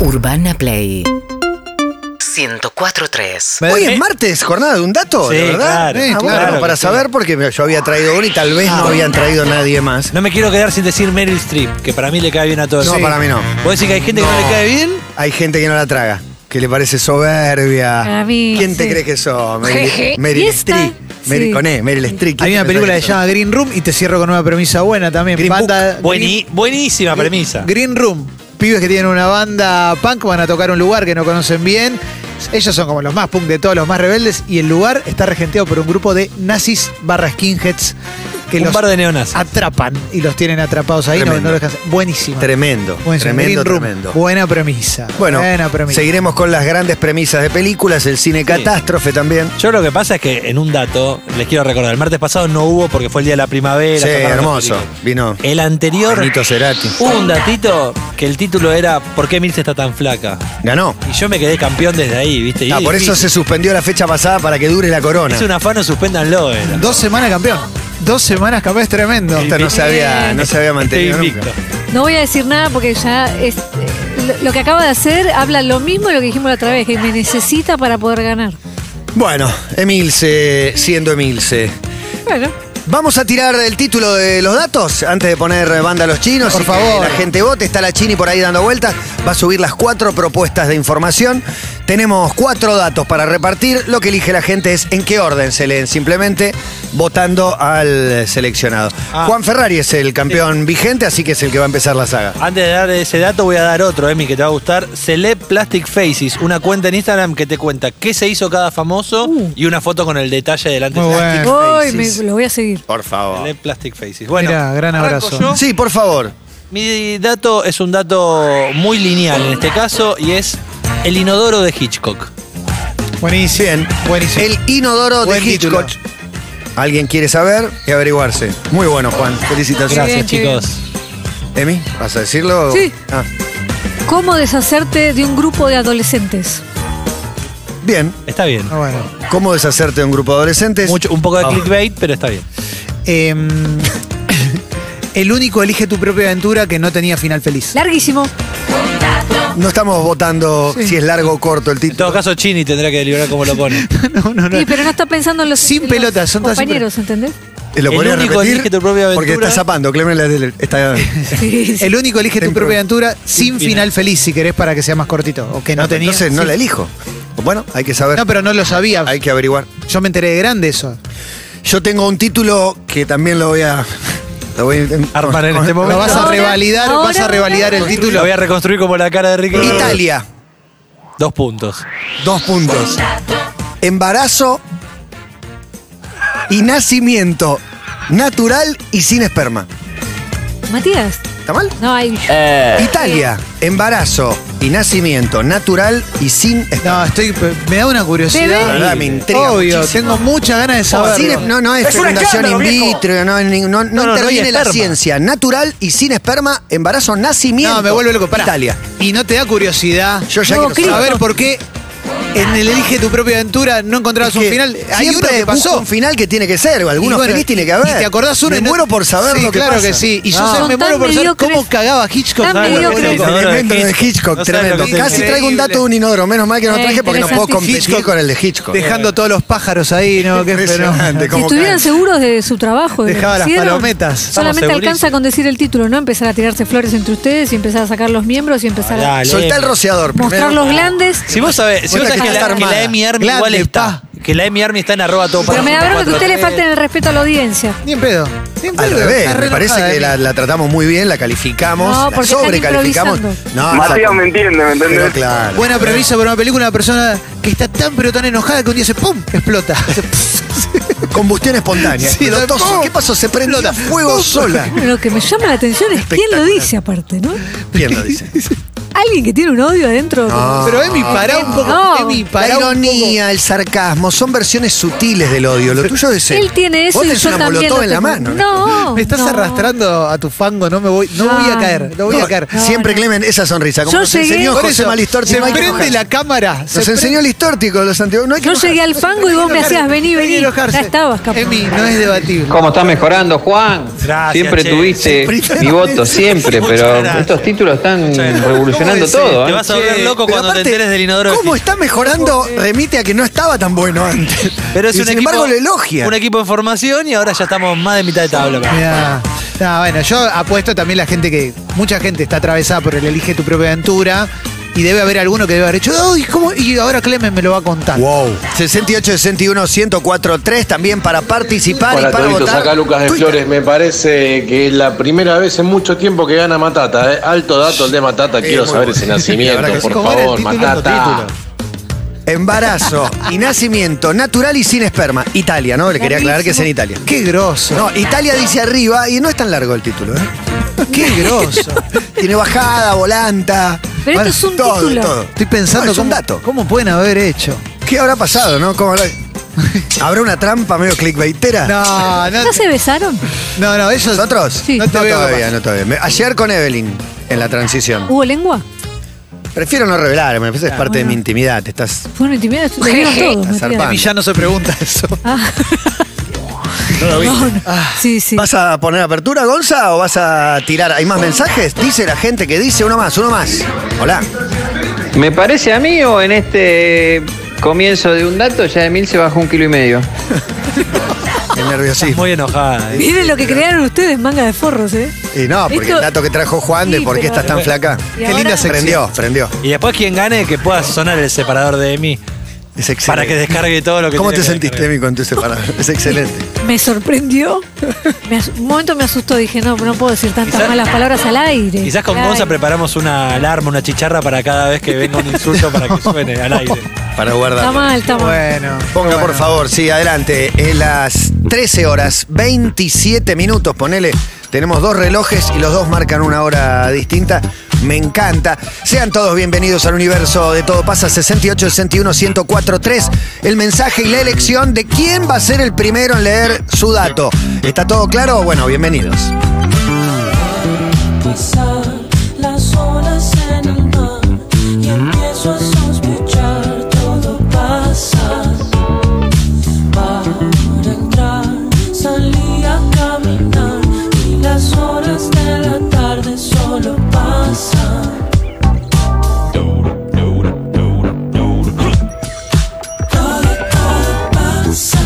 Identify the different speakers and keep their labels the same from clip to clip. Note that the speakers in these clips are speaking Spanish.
Speaker 1: Urbana Play 104.3
Speaker 2: Me-
Speaker 3: Hoy es
Speaker 2: me-
Speaker 3: martes, jornada de un dato,
Speaker 2: eh, Sí,
Speaker 3: ¿de verdad?
Speaker 2: claro,
Speaker 3: Eh,
Speaker 2: claro que
Speaker 3: para
Speaker 2: sí. Ah,
Speaker 3: saber, porque yo había traído uno y tal vez no habían traído nadie más.
Speaker 2: No me quiero quedar sin decir Meryl Streep, que para mí le cae bien a todos.
Speaker 3: No,
Speaker 2: Sí.
Speaker 3: para mí no.
Speaker 2: ¿Vos decís que hay gente que no
Speaker 3: No.
Speaker 2: le cae bien?
Speaker 3: Hay gente que no la traga, que le parece soberbia.
Speaker 4: A mí,
Speaker 3: ¿Quién te
Speaker 4: sí.
Speaker 3: cree que sos? Meryl,
Speaker 4: Jeje.
Speaker 3: Meryl
Speaker 4: ¿Y esta?
Speaker 3: Streep. Meryl-
Speaker 4: Sí.
Speaker 3: Con E, Meryl Streep. ¿Quién
Speaker 5: Hay una
Speaker 3: te pensás
Speaker 5: película que
Speaker 3: que
Speaker 5: se llama Green Room y te cierro con una premisa buena también.
Speaker 3: Green
Speaker 5: Banda-
Speaker 2: Bueni- buenísima
Speaker 5: Green-
Speaker 2: premisa.
Speaker 5: Green Room. Pibes que tienen una banda punk van a tocar un lugar que no conocen bien. Ellos son como los más punk de todos, los más rebeldes. Y el lugar está regenteado por un grupo de nazis barra skinheads que
Speaker 2: Un
Speaker 5: los
Speaker 2: par de neonazis.
Speaker 5: atrapan y los tienen atrapados ahí. No,
Speaker 3: Tremendo.
Speaker 5: no los cansan. Buenísima.
Speaker 3: sos? Tremendo,
Speaker 5: Buenísima.
Speaker 3: tremendo,
Speaker 5: Green Room.
Speaker 3: tremendo.
Speaker 5: Buena premisa.
Speaker 3: Bueno,
Speaker 5: buena premisa.
Speaker 3: seguiremos con las grandes premisas de películas, el cine catástrofe también.
Speaker 2: Yo lo que pasa es que en un dato, les quiero recordar, el martes pasado no hubo porque fue el día de la primavera.
Speaker 3: Sí,
Speaker 2: tocaron las
Speaker 3: hermoso.
Speaker 2: películas.
Speaker 3: Vino
Speaker 2: El anterior
Speaker 3: Benito Cerati.
Speaker 2: hubo un datito que el título era ¿Por qué Milce está tan flaca?
Speaker 3: Ganó.
Speaker 2: Y yo me quedé campeón desde ahí, ¿viste? Y
Speaker 3: Ah,
Speaker 2: es
Speaker 3: por eso se
Speaker 2: difícil.
Speaker 3: suspendió la fecha pasada para que dure la corona.
Speaker 2: Es un afano, suspendanlo. era.
Speaker 5: Dos semanas campeón. Dos semanas campeón es tremendo.
Speaker 3: Esta no se había, no se había
Speaker 2: Estoy
Speaker 3: mantenido nunca.
Speaker 2: invicto.
Speaker 4: No voy a decir nada porque ya es, eh, lo, lo que acaba de hacer habla lo mismo de lo que dijimos la otra vez, que me necesita para poder ganar.
Speaker 3: Bueno, Emilce, siendo Emilce.
Speaker 4: Bueno,
Speaker 3: Vamos a tirar el título de los datos antes de poner banda a los chinos.
Speaker 5: Por
Speaker 3: y que
Speaker 5: favor.
Speaker 3: La gente vote, está la Chini por ahí dando vueltas. Va a subir las cuatro propuestas de información. Tenemos cuatro datos para repartir. Lo que elige la gente es en qué orden se leen, simplemente votando al seleccionado.
Speaker 2: Ah.
Speaker 3: Juan Ferrari es el campeón vigente, así que es el que va a empezar la saga.
Speaker 2: Antes de dar ese dato, voy a dar otro, Emi, que te va a gustar. Celeb Plastic Faces, una cuenta en Instagram que te cuenta qué se hizo cada famoso y una foto con el detalle delante.
Speaker 5: Uh. Muy bueno.
Speaker 4: voy, me- lo voy a seguir.
Speaker 3: Por favor.
Speaker 2: Celeb Plastic Faces. Bueno,
Speaker 5: Mirá, gran
Speaker 2: arranco
Speaker 5: abrazo.
Speaker 2: yo.
Speaker 3: Sí, por favor.
Speaker 2: Mi dato es un dato muy lineal en este caso y es el inodoro de Hitchcock.
Speaker 5: Buenísimo.
Speaker 3: Bien.
Speaker 5: Buenísimo.
Speaker 3: El inodoro
Speaker 5: Buen
Speaker 3: de
Speaker 5: título.
Speaker 3: Hitchcock. ¿Alguien quiere saber y averiguarse? Muy bueno, Juan. Felicitaciones.
Speaker 2: Gracias,
Speaker 4: bien, qué
Speaker 2: chicos.
Speaker 3: Emi, ¿vas a decirlo?
Speaker 4: Sí.
Speaker 3: Ah,
Speaker 4: ¿Cómo deshacerte de un grupo de adolescentes?
Speaker 3: bien.
Speaker 2: Está bien.
Speaker 5: Ah, bueno.
Speaker 3: ¿Cómo deshacerte de un grupo de adolescentes?
Speaker 2: Mucho- un poco de
Speaker 3: Ah,
Speaker 2: clickbait, pero está bien.
Speaker 5: Em, el único elige tu propia aventura que no tenía final feliz.
Speaker 4: Larguísimo.
Speaker 3: No estamos votando si es largo o corto el
Speaker 2: En todo
Speaker 3: título.
Speaker 2: caso, Chini tendrá que deliberar cómo lo pone.
Speaker 5: No, no, no.
Speaker 4: Sí, pero no está pensando en los,
Speaker 5: Sin
Speaker 4: en los
Speaker 5: pelotas, son todas sin
Speaker 4: compañeros, ¿entendés?
Speaker 3: Eh, ¿Lo
Speaker 2: El
Speaker 3: podrías
Speaker 2: único
Speaker 3: repetir?
Speaker 2: elige tu propia
Speaker 3: Porque
Speaker 2: aventura.
Speaker 3: está zapando. Clemen la- está...
Speaker 4: Sí, sí.
Speaker 5: El único elige tu
Speaker 3: Templo.
Speaker 5: propia aventura sin final feliz, si querés, para que sea más cortito. O que no,
Speaker 3: Ah,
Speaker 5: tenía.
Speaker 3: Entonces no
Speaker 5: Sí.
Speaker 3: la elijo. Bueno, hay que saber.
Speaker 5: No, pero no lo sabía.
Speaker 3: Hay que averiguar.
Speaker 5: Yo me enteré de grande eso.
Speaker 3: Yo tengo un título que también lo voy a... Lo voy a
Speaker 2: Armar en
Speaker 3: con-
Speaker 2: este
Speaker 3: con-
Speaker 5: Lo vas a
Speaker 4: Ahora,
Speaker 5: revalidar,
Speaker 4: ahora,
Speaker 5: vas a revalidar el
Speaker 4: ahora.
Speaker 2: Lo
Speaker 5: título.
Speaker 2: voy a reconstruir como la cara de Ricky.
Speaker 3: Italia.
Speaker 2: Dos puntos.
Speaker 3: Dos puntos. Embarazo y nacimiento natural y sin esperma.
Speaker 4: Matías.
Speaker 3: ¿Está mal?
Speaker 4: No, hay.
Speaker 5: Eh,
Speaker 3: Italia, embarazo y nacimiento natural y sin esperma.
Speaker 5: No, estoy. Me da una
Speaker 4: Bebé.
Speaker 3: La
Speaker 5: curiosidad.
Speaker 3: verdad, me intriga
Speaker 5: Obvio,
Speaker 3: muchísimo.
Speaker 5: tengo muchas ganas de
Speaker 3: Sin-
Speaker 5: saberlo.
Speaker 3: no, no es, fecundación in vitro, no, ni- no- no
Speaker 2: no hay
Speaker 3: interviene la
Speaker 2: esperma.
Speaker 3: ciencia. Natural y sin esperma, embarazo, nacimiento.
Speaker 5: No, me vuelve loco. Pará.
Speaker 3: Italia.
Speaker 5: Y no te da curiosidad.
Speaker 3: Yo ya
Speaker 4: No,
Speaker 3: quiero
Speaker 4: Cristo.
Speaker 5: A
Speaker 3: saber.
Speaker 5: ver, ¿por qué en el Elige tu propia aventura no encontrabas un
Speaker 3: que
Speaker 5: final? Hay
Speaker 3: siempre
Speaker 5: uno que
Speaker 3: busco
Speaker 5: pasó.
Speaker 3: un final que tiene que ser, o alguno
Speaker 5: Y bueno,
Speaker 3: feliz tiene que
Speaker 5: y-
Speaker 3: haber.
Speaker 5: Y te acordás uno
Speaker 3: Me
Speaker 5: y no-
Speaker 3: muero por saber
Speaker 5: Sí,
Speaker 3: lo que
Speaker 5: claro
Speaker 3: pasa. Ah,
Speaker 5: que sí. Y yo
Speaker 2: No.
Speaker 5: sé- me
Speaker 4: Son
Speaker 5: muero
Speaker 4: tan
Speaker 5: por saber
Speaker 4: mediocres.
Speaker 5: cómo cagaba Hitchcock.
Speaker 4: Tan
Speaker 5: con el
Speaker 4: mediocres.
Speaker 5: Elige tu propia aventura.
Speaker 3: Tremendo de Hitchcock,
Speaker 2: No saben
Speaker 3: tremendo.
Speaker 2: lo que es
Speaker 3: Casi
Speaker 2: increíble.
Speaker 3: traigo un dato de un inodoro. Menos mal que no lo
Speaker 4: Eh,
Speaker 3: traje porque no puedo
Speaker 4: interesante.
Speaker 3: competir
Speaker 5: Hitchcock.
Speaker 3: con el de Hitchcock.
Speaker 5: Dejando todos los pájaros ahí, ¿no? Qué
Speaker 3: Impresionante,
Speaker 5: fenómeno.
Speaker 4: Si
Speaker 3: cómo
Speaker 4: estuvieran
Speaker 3: cae.
Speaker 4: seguros de su trabajo. de lo que
Speaker 5: Dejaba las
Speaker 4: hicieron,
Speaker 5: palometas.
Speaker 4: Solamente
Speaker 2: Estamos
Speaker 4: alcanza con decir el título, no empezar a tirarse flores entre ustedes y empezar a sacar los miembros y empezar a
Speaker 2: Dale.
Speaker 3: Soltá el rociador
Speaker 4: mostrar
Speaker 3: primero.
Speaker 4: los glandes.
Speaker 2: Si vos sabés, si
Speaker 3: Vos
Speaker 2: vos sabés
Speaker 3: tenés
Speaker 2: que,
Speaker 3: que
Speaker 2: la,
Speaker 3: estar
Speaker 2: que la
Speaker 3: armada.
Speaker 2: Emi Army igual
Speaker 5: Grande,
Speaker 2: está. Que la Emi Army está en arroba todo para
Speaker 4: Pero me da bronca que a usted le
Speaker 2: cuatro,
Speaker 4: falten el respeto a la audiencia.
Speaker 5: Ni en pedo. Ni en
Speaker 3: Al
Speaker 5: pedo,
Speaker 3: revés,
Speaker 5: está re
Speaker 3: me parece
Speaker 5: enojada,
Speaker 3: que
Speaker 5: Emi.
Speaker 3: la, la tratamos muy bien, la calificamos,
Speaker 4: No,
Speaker 3: la
Speaker 4: porque están
Speaker 3: sobrecalificamos.
Speaker 4: improvisando.
Speaker 3: No,
Speaker 6: Mateo
Speaker 3: exacto.
Speaker 6: me entiende, ¿me
Speaker 3: Pero
Speaker 6: entendés?
Speaker 3: claro.
Speaker 5: Buena premisa para una película, una persona que está tan pero tan enojada que un día se ¡pum! explota.
Speaker 3: Combustión espontánea.
Speaker 5: Sí,
Speaker 3: Explotoso.
Speaker 5: no, no.
Speaker 3: ¿Qué pasó? Se prendió a fuego sola.
Speaker 4: Lo que me llama la atención es quién lo dice aparte, ¿no?
Speaker 3: ¿Quién lo dice?
Speaker 4: Alguien que tiene un odio adentro.
Speaker 3: No.
Speaker 5: pero Emi, pará un poco.
Speaker 4: No.
Speaker 5: Emi,
Speaker 3: La
Speaker 5: pará un poco.
Speaker 3: ironía, el sarcasmo, son versiones sutiles del odio. Lo tuyo es
Speaker 4: Él tiene eso
Speaker 3: Vos
Speaker 4: y
Speaker 3: tenés
Speaker 4: yo
Speaker 3: una
Speaker 4: también.
Speaker 3: molotov
Speaker 4: lo
Speaker 3: en la
Speaker 4: tengo.
Speaker 3: mano.
Speaker 4: No.
Speaker 5: Me estás
Speaker 4: no.
Speaker 5: arrastrando a tu fango, no me voy, no voy a
Speaker 4: No.
Speaker 5: caer, no voy
Speaker 3: No,
Speaker 5: a caer.
Speaker 3: siempre, Clemen, esa sonrisa. Como
Speaker 4: Yo
Speaker 3: nos
Speaker 4: llegué-
Speaker 3: enseñó
Speaker 5: Por
Speaker 3: José
Speaker 5: eso,
Speaker 3: Malistorti.
Speaker 5: se
Speaker 3: no hay que
Speaker 5: prende
Speaker 3: enojarse.
Speaker 5: la cámara.
Speaker 3: Nos
Speaker 5: se
Speaker 3: enseñó Listorti con los antiguos. No hay que
Speaker 4: Yo
Speaker 3: enojarse.
Speaker 4: llegué al fango y vos me hacías vení,
Speaker 5: Hay que
Speaker 4: vení.
Speaker 5: enojarse.
Speaker 4: Ya estabas, capaz.
Speaker 5: Emi, no es debatible.
Speaker 7: ¿Cómo estás mejorando, Juan?
Speaker 2: Gracias,
Speaker 7: siempre
Speaker 2: che.
Speaker 7: tuviste
Speaker 3: Siempre.
Speaker 7: mi voto, siempre,
Speaker 2: Muchas
Speaker 7: pero
Speaker 2: gracias.
Speaker 7: estos títulos están
Speaker 2: Muchas gracias.
Speaker 7: revolucionando
Speaker 1: de todo.
Speaker 2: Te
Speaker 1: ¿eh?
Speaker 2: vas a volver
Speaker 3: Che,
Speaker 2: loco
Speaker 3: pero
Speaker 2: cuando
Speaker 3: aparte,
Speaker 2: te enteres del inodoro.
Speaker 3: ¿Cómo
Speaker 2: de Gil.
Speaker 3: está mejorando? Remite a que no estaba tan bueno antes.
Speaker 2: Pero es
Speaker 3: Y
Speaker 2: un
Speaker 3: sin
Speaker 2: equipo,
Speaker 3: embargo lo elogia.
Speaker 2: Un equipo en formación y ahora ya estamos más de mitad de tabla. acá.
Speaker 5: Mirá. No, bueno, yo apuesto también la gente que. Mucha gente está atravesada por el elige tu propia aventura. Y debe haber alguno que debe haber hecho. "Ay, ¿cómo? Y ahora Clemen me lo va a contar.
Speaker 3: Wow. 68 61 1043 también para participar
Speaker 6: Hola,
Speaker 3: y para
Speaker 6: Torito,
Speaker 3: votar.
Speaker 6: acá Lucas de
Speaker 3: Twitter.
Speaker 6: Flores. Me parece que es la primera vez en mucho tiempo que gana Matata. ¿eh? Alto dato el de Matata. Quiero
Speaker 3: Eh, muy
Speaker 6: saber
Speaker 3: bueno.
Speaker 6: ese
Speaker 3: La
Speaker 6: nacimiento,
Speaker 3: verdad que sí.
Speaker 6: por
Speaker 5: ¿Cómo era el
Speaker 6: favor,
Speaker 5: título?
Speaker 6: Matata.
Speaker 3: Embarazo y nacimiento natural y sin esperma. Italia, ¿no? Le quería aclarar que es en Italia.
Speaker 5: Qué grosso.
Speaker 3: No, Italia dice arriba y no es tan largo el título, ¿eh?
Speaker 5: Qué grosso.
Speaker 3: Tiene bajada, volanta.
Speaker 4: Pero esto es un
Speaker 3: todo,
Speaker 4: título.
Speaker 3: todo.
Speaker 5: Estoy pensando
Speaker 3: No, es un
Speaker 5: cómo,
Speaker 3: dato.
Speaker 5: cómo pueden haber hecho.
Speaker 3: ¿Qué habrá pasado, no? ¿Cómo habrá... ¿Habrá una trampa medio clickbaitera?
Speaker 5: No, no.
Speaker 4: ¿Ya se besaron?
Speaker 5: No, no, ellos.
Speaker 3: ¿Nosotros?
Speaker 4: Sí.
Speaker 3: No,
Speaker 5: No te veo
Speaker 3: todavía,
Speaker 5: capaz.
Speaker 3: no todavía. Me- Ayer con Evelyn en la transición.
Speaker 4: ¿Hubo lengua?
Speaker 3: Prefiero no revelarme,
Speaker 5: Ah,
Speaker 3: es parte de mi intimidad. te Estás
Speaker 4: Fue una intimidad. Lo vieron todos. me
Speaker 3: Zarpado.
Speaker 5: A mí ya no se pregunta eso.
Speaker 4: Ah. No, no. Sí, sí.
Speaker 3: Ah. ¿Vas a poner apertura, Gonza, o vas a tirar? ¿Hay más mensajes? Dice la gente que dice uno más, uno más. Hola.
Speaker 1: Me parece a mí o en este comienzo de un dato ya Emil se bajó un kilo y medio.
Speaker 3: El nerviosismo.
Speaker 2: Muy enojada. eh.
Speaker 4: Miren lo que crearon ustedes, manga de forros, ¿eh?
Speaker 3: Y no, porque
Speaker 4: Esto-
Speaker 3: el dato que trajo Juan de
Speaker 4: Sí,
Speaker 3: por qué
Speaker 4: pero-
Speaker 3: estás tan flaca.
Speaker 4: Y Qué ahora- linda sección.
Speaker 3: Prendió, prendió.
Speaker 2: Y después quien gane que pueda sonar el separador de mí.
Speaker 3: Es excelente.
Speaker 2: Para que descargue todo lo que
Speaker 3: ¿Cómo te
Speaker 2: tiene que
Speaker 3: sentiste,
Speaker 2: descargar.
Speaker 3: Emi, con tu separado? Es excelente.
Speaker 4: Me sorprendió. Me as- un momento me asustó, dije, no, no puedo decir tantas
Speaker 2: Quizás-
Speaker 4: malas palabras al aire.
Speaker 2: Quizás con
Speaker 4: Al
Speaker 2: Gonza
Speaker 4: aire.
Speaker 2: preparamos una alarma, una chicharra para cada vez que venga un insulto para que suene al aire.
Speaker 3: Para
Speaker 4: Está
Speaker 3: guardar.
Speaker 4: mal, está mal.
Speaker 5: Bueno.
Speaker 3: Ponga,
Speaker 5: bueno.
Speaker 3: por favor, sí, adelante. En las 13 horas, 27 minutos, ponele. Tenemos dos relojes y los dos marcan una hora distinta. Me encanta. Sean todos bienvenidos al universo de Todo Pasa 68 61 1043. El mensaje y la elección de quién va a ser el primero en leer su dato. ¿Está todo claro? Bueno, bienvenidos.
Speaker 7: pasar las horas en el mar y empiezo a sospechar todo pasa para entrar salí a caminar y las horas de la tarde solo pasan todo todo pasa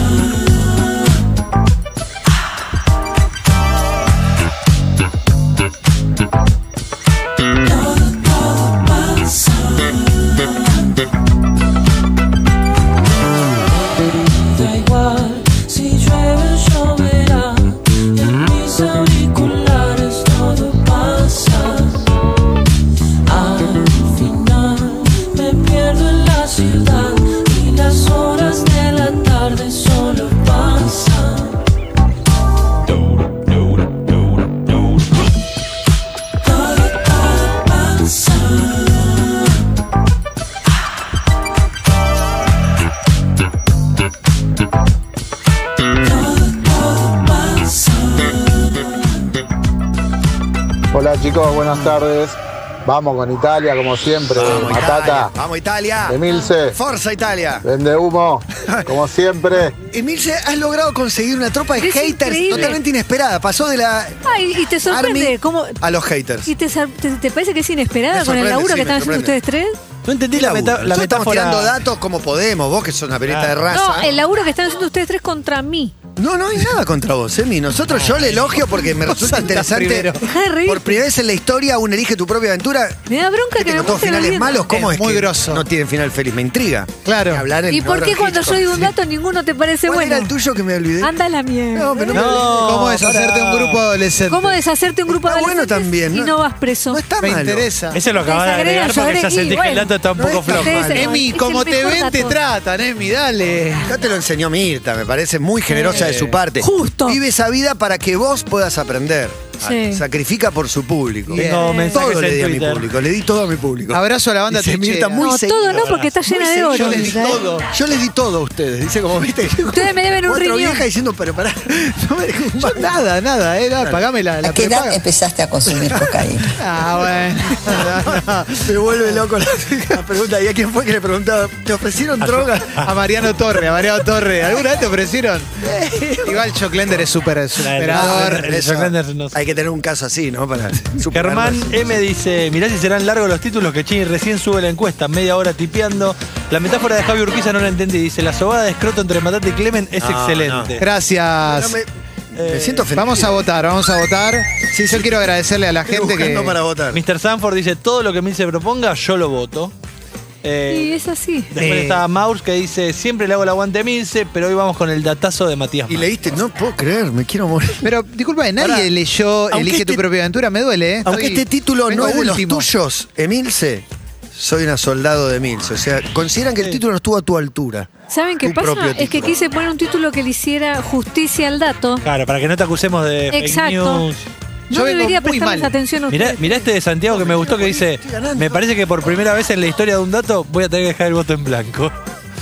Speaker 7: Da igual si llueve o lloverá, en mis auriculares todo pasa. Al final me pierdo en la ciudad y las horas de la tarde solo pasan. Todo, todo pasa.
Speaker 8: Hola chicos, buenas tardes. Vamos con Italia, como siempre.
Speaker 3: Italia.
Speaker 8: Matata,
Speaker 3: Vamos, Italia.
Speaker 8: Emilce,
Speaker 3: Forza, Italia.
Speaker 8: vende humo, como siempre.
Speaker 3: Emilce, has logrado conseguir una tropa de
Speaker 4: Es
Speaker 3: haters
Speaker 4: increíble.
Speaker 3: totalmente inesperada. Pasó de la
Speaker 4: Ay, y te sorprende,
Speaker 3: Army
Speaker 4: ¿cómo?
Speaker 3: a los haters.
Speaker 4: ¿Y te, sor- te- te parece que es inesperada
Speaker 3: Me
Speaker 4: con el
Speaker 3: sorprende,
Speaker 4: laburo
Speaker 3: sí,
Speaker 4: que
Speaker 3: me
Speaker 4: están haciendo
Speaker 3: sorprende.
Speaker 4: ustedes tres?
Speaker 2: No entendí
Speaker 3: Qué
Speaker 2: la,
Speaker 3: laburo.
Speaker 2: meta- la
Speaker 3: Nosotros estamos
Speaker 2: metáfora.
Speaker 3: tirando datos como podemos. Vos que sos una perita de raza.
Speaker 4: No, el laburo que están haciendo ustedes tres contra mí.
Speaker 3: No, no hay nada contra vos, Emi. Nosotros yo le elogio porque me resulta interesante.
Speaker 5: primero.
Speaker 4: Dejá de reír.
Speaker 3: Por primera vez en la historia, un elige tu propia aventura.
Speaker 4: Me da bronca
Speaker 3: Gente
Speaker 4: que me
Speaker 3: con todos
Speaker 4: muestren
Speaker 3: finales
Speaker 4: volviendo.
Speaker 3: malos, ¿cómo es,
Speaker 5: Es muy
Speaker 3: que
Speaker 5: grosso.
Speaker 3: no tienen final feliz? Me intriga.
Speaker 5: Claro.
Speaker 3: Ni Hablar en
Speaker 4: ¿Y por qué
Speaker 3: Norman
Speaker 4: cuando yo
Speaker 3: Hitchcock.
Speaker 4: digo un dato ninguno te parece
Speaker 3: ¿Cuál
Speaker 4: bueno?
Speaker 3: era el tuyo que me olvidé?
Speaker 4: Anda a la mierda.
Speaker 3: No, pero no, me
Speaker 2: No,
Speaker 5: ¿Cómo
Speaker 3: olvidé.
Speaker 5: deshacerte de un grupo adolescente?
Speaker 4: ¿Cómo deshacerte un grupo
Speaker 3: Está
Speaker 4: de
Speaker 3: bueno
Speaker 4: adolescentes
Speaker 3: también.
Speaker 4: y no, vas preso?
Speaker 3: No está
Speaker 5: Me
Speaker 3: malo.
Speaker 5: interesa.
Speaker 2: Ese lo acabas de
Speaker 4: Desagrega,
Speaker 2: agregar porque ya
Speaker 4: desagrega,
Speaker 2: sentí
Speaker 4: y
Speaker 2: que el
Speaker 4: bueno.
Speaker 2: dato está un
Speaker 3: No
Speaker 2: poco
Speaker 3: está
Speaker 2: flojo.
Speaker 3: mal.
Speaker 4: Ustedes-
Speaker 5: Emi,
Speaker 4: Es el
Speaker 5: como te
Speaker 4: mejor
Speaker 5: ven, te
Speaker 4: dato.
Speaker 5: tratan, Emi, dale.
Speaker 3: Ya te lo enseñó Mirta, me parece muy generosa de su parte.
Speaker 4: Justo.
Speaker 3: Vive esa vida para que vos puedas aprender.
Speaker 4: Sí.
Speaker 3: Sacrifica por su público.
Speaker 5: Bien.
Speaker 2: Tengo mensajes
Speaker 3: Todo le di a
Speaker 2: en
Speaker 3: mi
Speaker 2: Twitter.
Speaker 3: público, le di todo a mi público.
Speaker 5: Abrazo a la banda
Speaker 3: Dice Mirta,
Speaker 5: Techera.
Speaker 3: muy
Speaker 4: No,
Speaker 3: seguido.
Speaker 4: todo no, porque está llena de
Speaker 3: Yo
Speaker 4: oro.
Speaker 3: les di
Speaker 4: ¿sabes?
Speaker 3: todo. Yo les di todo a ustedes. Dice como, viste,
Speaker 4: Ustedes me deben un
Speaker 3: cuatro
Speaker 4: riñón.
Speaker 3: viejas diciendo, pero pará, no me dejes un
Speaker 5: Yo
Speaker 3: mango.
Speaker 5: nada, nada, eh, nada, pagame la, la
Speaker 9: ¿A qué edad
Speaker 5: prepaga.
Speaker 9: empezaste a consumir cocaína?
Speaker 5: Ah, bueno. No, no.
Speaker 3: Me vuelve loco la, la pregunta. ¿Y a quién fue que le preguntaba? ¿Te ofrecieron droga?
Speaker 5: A Mariano Torre, a Mariano Torre. ¿Alguna vez te ofrecieron? Igual Choclender es súper
Speaker 2: La- la-
Speaker 5: superador.
Speaker 2: la- la- la- la- la- la- la- la- la- la-
Speaker 3: Hay que que tener un caso así, ¿no? Para superar
Speaker 2: Germán
Speaker 3: las-
Speaker 2: M dice, mirá si serán largos los títulos que Chini recién sube la encuesta, media hora tipeando. La metáfora de Javi Urquiza no la entendí. Dice, la sobada de escroto entre Matate y Clemen es
Speaker 3: No,
Speaker 2: excelente.
Speaker 3: No,
Speaker 5: Gracias.
Speaker 3: me, me siento ofendido.
Speaker 5: eh, Vamos a votar, vamos a votar. Sí, yo quiero agradecerle a la
Speaker 3: Estoy
Speaker 5: gente que.
Speaker 3: buscando para votar.
Speaker 2: Mr. Sanford dice, todo lo que Mil se proponga, yo lo voto. Eh,
Speaker 4: Y es así.
Speaker 2: Después
Speaker 5: Eh.
Speaker 2: está Maurs que dice, siempre le hago el aguante a Milce, pero hoy vamos con el datazo de Matías.
Speaker 3: Y
Speaker 2: Maus".
Speaker 3: leíste, no puedo creer, me quiero morir.
Speaker 5: Pero disculpa, nadie
Speaker 3: Pará.
Speaker 5: leyó
Speaker 3: Aunque
Speaker 5: Elige tu
Speaker 3: este-
Speaker 5: propia aventura, me duele, ¿eh?
Speaker 3: Aunque
Speaker 5: Estoy-
Speaker 3: este título
Speaker 5: vengo
Speaker 3: no es de los
Speaker 5: último.
Speaker 3: tuyos, Emilce, soy una soldado de Emilce. O sea, consideran que el título no estuvo a tu altura.
Speaker 4: ¿Saben qué
Speaker 3: Tu propio
Speaker 4: pasa? Es que
Speaker 3: título.
Speaker 4: quise poner un título que le hiciera justicia al dato.
Speaker 2: Claro, para que no te acusemos de fake
Speaker 4: Exacto.
Speaker 2: news.
Speaker 5: Yo
Speaker 4: No
Speaker 5: vengo
Speaker 4: debería
Speaker 5: muy
Speaker 4: prestarles
Speaker 5: mal.
Speaker 4: atención a
Speaker 2: Mirá,
Speaker 4: ustedes.
Speaker 2: mirá este de Santiago que me gustó que dice, me parece que por primera vez en la historia de un dato voy a tener que dejar el voto en blanco.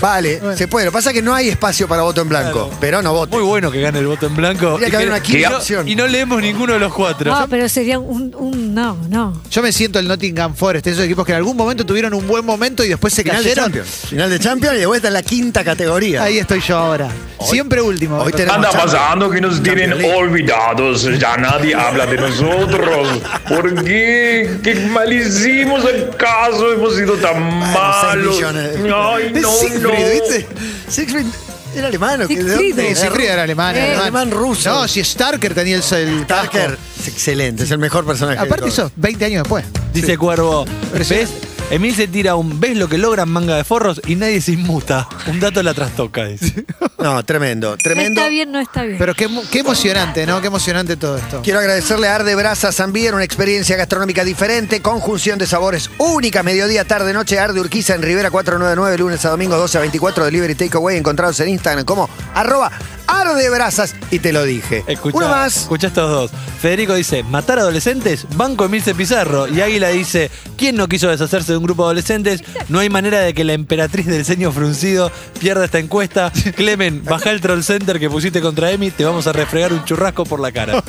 Speaker 3: Vale, se puede. Lo que pasa es que no hay espacio para voto en blanco,
Speaker 2: Claro.
Speaker 3: pero no voto.
Speaker 2: Muy bueno que gane el voto en blanco.
Speaker 3: Tendría que
Speaker 2: Y
Speaker 3: haber una quinta
Speaker 2: y no-
Speaker 3: opción. Ah,
Speaker 2: Y no leemos ninguno de los cuatro.
Speaker 4: No, Ah, pero sería un, un- no, no.
Speaker 5: Yo me siento el Nottingham Forest, esos equipos que en algún momento tuvieron un buen momento y después se
Speaker 3: Final de
Speaker 5: cayeron.
Speaker 3: Champions. Final de Champions y de vuelta en la quinta categoría.
Speaker 5: Ahí estoy yo ahora. Siempre último.
Speaker 3: Hoy tenemos
Speaker 10: Anda
Speaker 3: Champions.
Speaker 10: pasando que nos tienen
Speaker 3: Champions League.
Speaker 10: olvidados, ya nadie habla de nosotros. ¿Por qué? ¿Qué mal hicimos acaso? Hemos sido tan
Speaker 3: Ah, seis
Speaker 10: malos.
Speaker 3: millones.
Speaker 10: Ay,
Speaker 3: Es
Speaker 10: no, no.
Speaker 3: Siegfried, ¿viste? Siegfried era alemán, ¿o qué? ¿De
Speaker 4: Siegfried.
Speaker 3: dónde?
Speaker 5: Sí, Siegfried era alemán,
Speaker 4: Eh.
Speaker 5: alemán.
Speaker 3: Alemán ruso.
Speaker 5: No, si Starker tenía el, el casco.
Speaker 3: Tucker es excelente, es el mejor personaje. de
Speaker 5: Aparte
Speaker 3: todos.
Speaker 5: eso, 20 años después.
Speaker 2: Dice Cuervo, ¿ves? Emil se tira un ¿ves lo que logran manga de forros? Y nadie se inmuta. Un dato la trastoca, dice.
Speaker 3: No, tremendo,
Speaker 4: No
Speaker 3: tremendo.
Speaker 4: está bien, no está bien.
Speaker 5: Pero qué, emo- qué emocionante, ¿no? Qué emocionante todo esto.
Speaker 3: Quiero agradecerle a Arde Brasa Zambier, una experiencia gastronómica diferente, conjunción de sabores única, mediodía, tarde, noche, Arde Urquiza en Rivera 499, lunes a domingo 12 a 24, delivery takeaway, encontrados en Instagram como arroba Arde Brasas, y te lo dije.
Speaker 2: Escuchá,
Speaker 3: Uno más.
Speaker 2: escuchá estos dos. Federico dice, ¿matar adolescentes? Banco Emilce Pizarro. Y Águila dice, ¿quién no quiso deshacerse de un grupo de adolescentes? No hay manera de que la emperatriz del ceño fruncido pierda esta encuesta. Clemen, baja el troll center que pusiste contra Emi, te vamos a refregar un churrasco por la cara.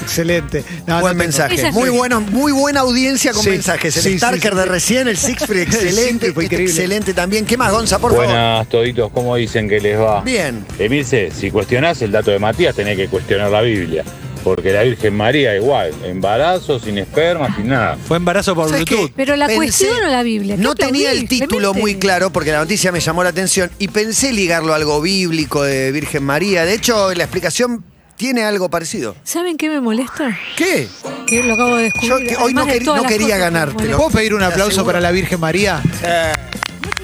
Speaker 5: Excelente. No,
Speaker 3: Buen
Speaker 5: Ah, no tengo.
Speaker 4: Esa
Speaker 3: mensaje.
Speaker 4: es
Speaker 3: Muy
Speaker 4: mi-
Speaker 3: bueno, muy buena audiencia con
Speaker 5: Sí,
Speaker 3: mensajes. El
Speaker 5: sí, sí,
Speaker 3: Starker
Speaker 5: sí.
Speaker 3: de recién, el Sixfree, excelente.
Speaker 5: Siegfried fue
Speaker 3: este
Speaker 5: increíble.
Speaker 3: Excelente también. ¿Qué más, Gonza, por favor?
Speaker 11: Buenas, toditos, ¿cómo dicen que les va?
Speaker 3: Bien.
Speaker 11: Emilce, si cuestionás el dato de Matías, tenés que cuestionar la Biblia. Porque la Virgen María igual, embarazo, sin esperma, sin nada.
Speaker 2: Fue embarazo por
Speaker 3: ¿Sabes qué?
Speaker 2: Bluetooth.
Speaker 4: Pero la
Speaker 3: Pensé-
Speaker 4: cuestión o la Biblia. ¿Qué
Speaker 3: No tenía el
Speaker 4: aplaudís,
Speaker 3: título
Speaker 4: Clemente?
Speaker 3: muy claro porque la noticia me llamó la atención y pensé ligarlo a algo bíblico de Virgen María. De hecho, la explicación tiene algo parecido.
Speaker 4: ¿Saben qué me molesta?
Speaker 3: ¿Qué?
Speaker 4: Que lo acabo de descubrir.
Speaker 3: Yo que hoy
Speaker 4: Además
Speaker 3: no,
Speaker 4: de
Speaker 3: queri-
Speaker 4: todas
Speaker 3: no
Speaker 4: las
Speaker 3: quería
Speaker 4: cosas que me
Speaker 3: ganártelo.
Speaker 4: molestan.
Speaker 5: ¿Puedo pedir un
Speaker 3: Te
Speaker 5: aplauso
Speaker 3: aseguro.
Speaker 5: para la Virgen María?
Speaker 3: Eh,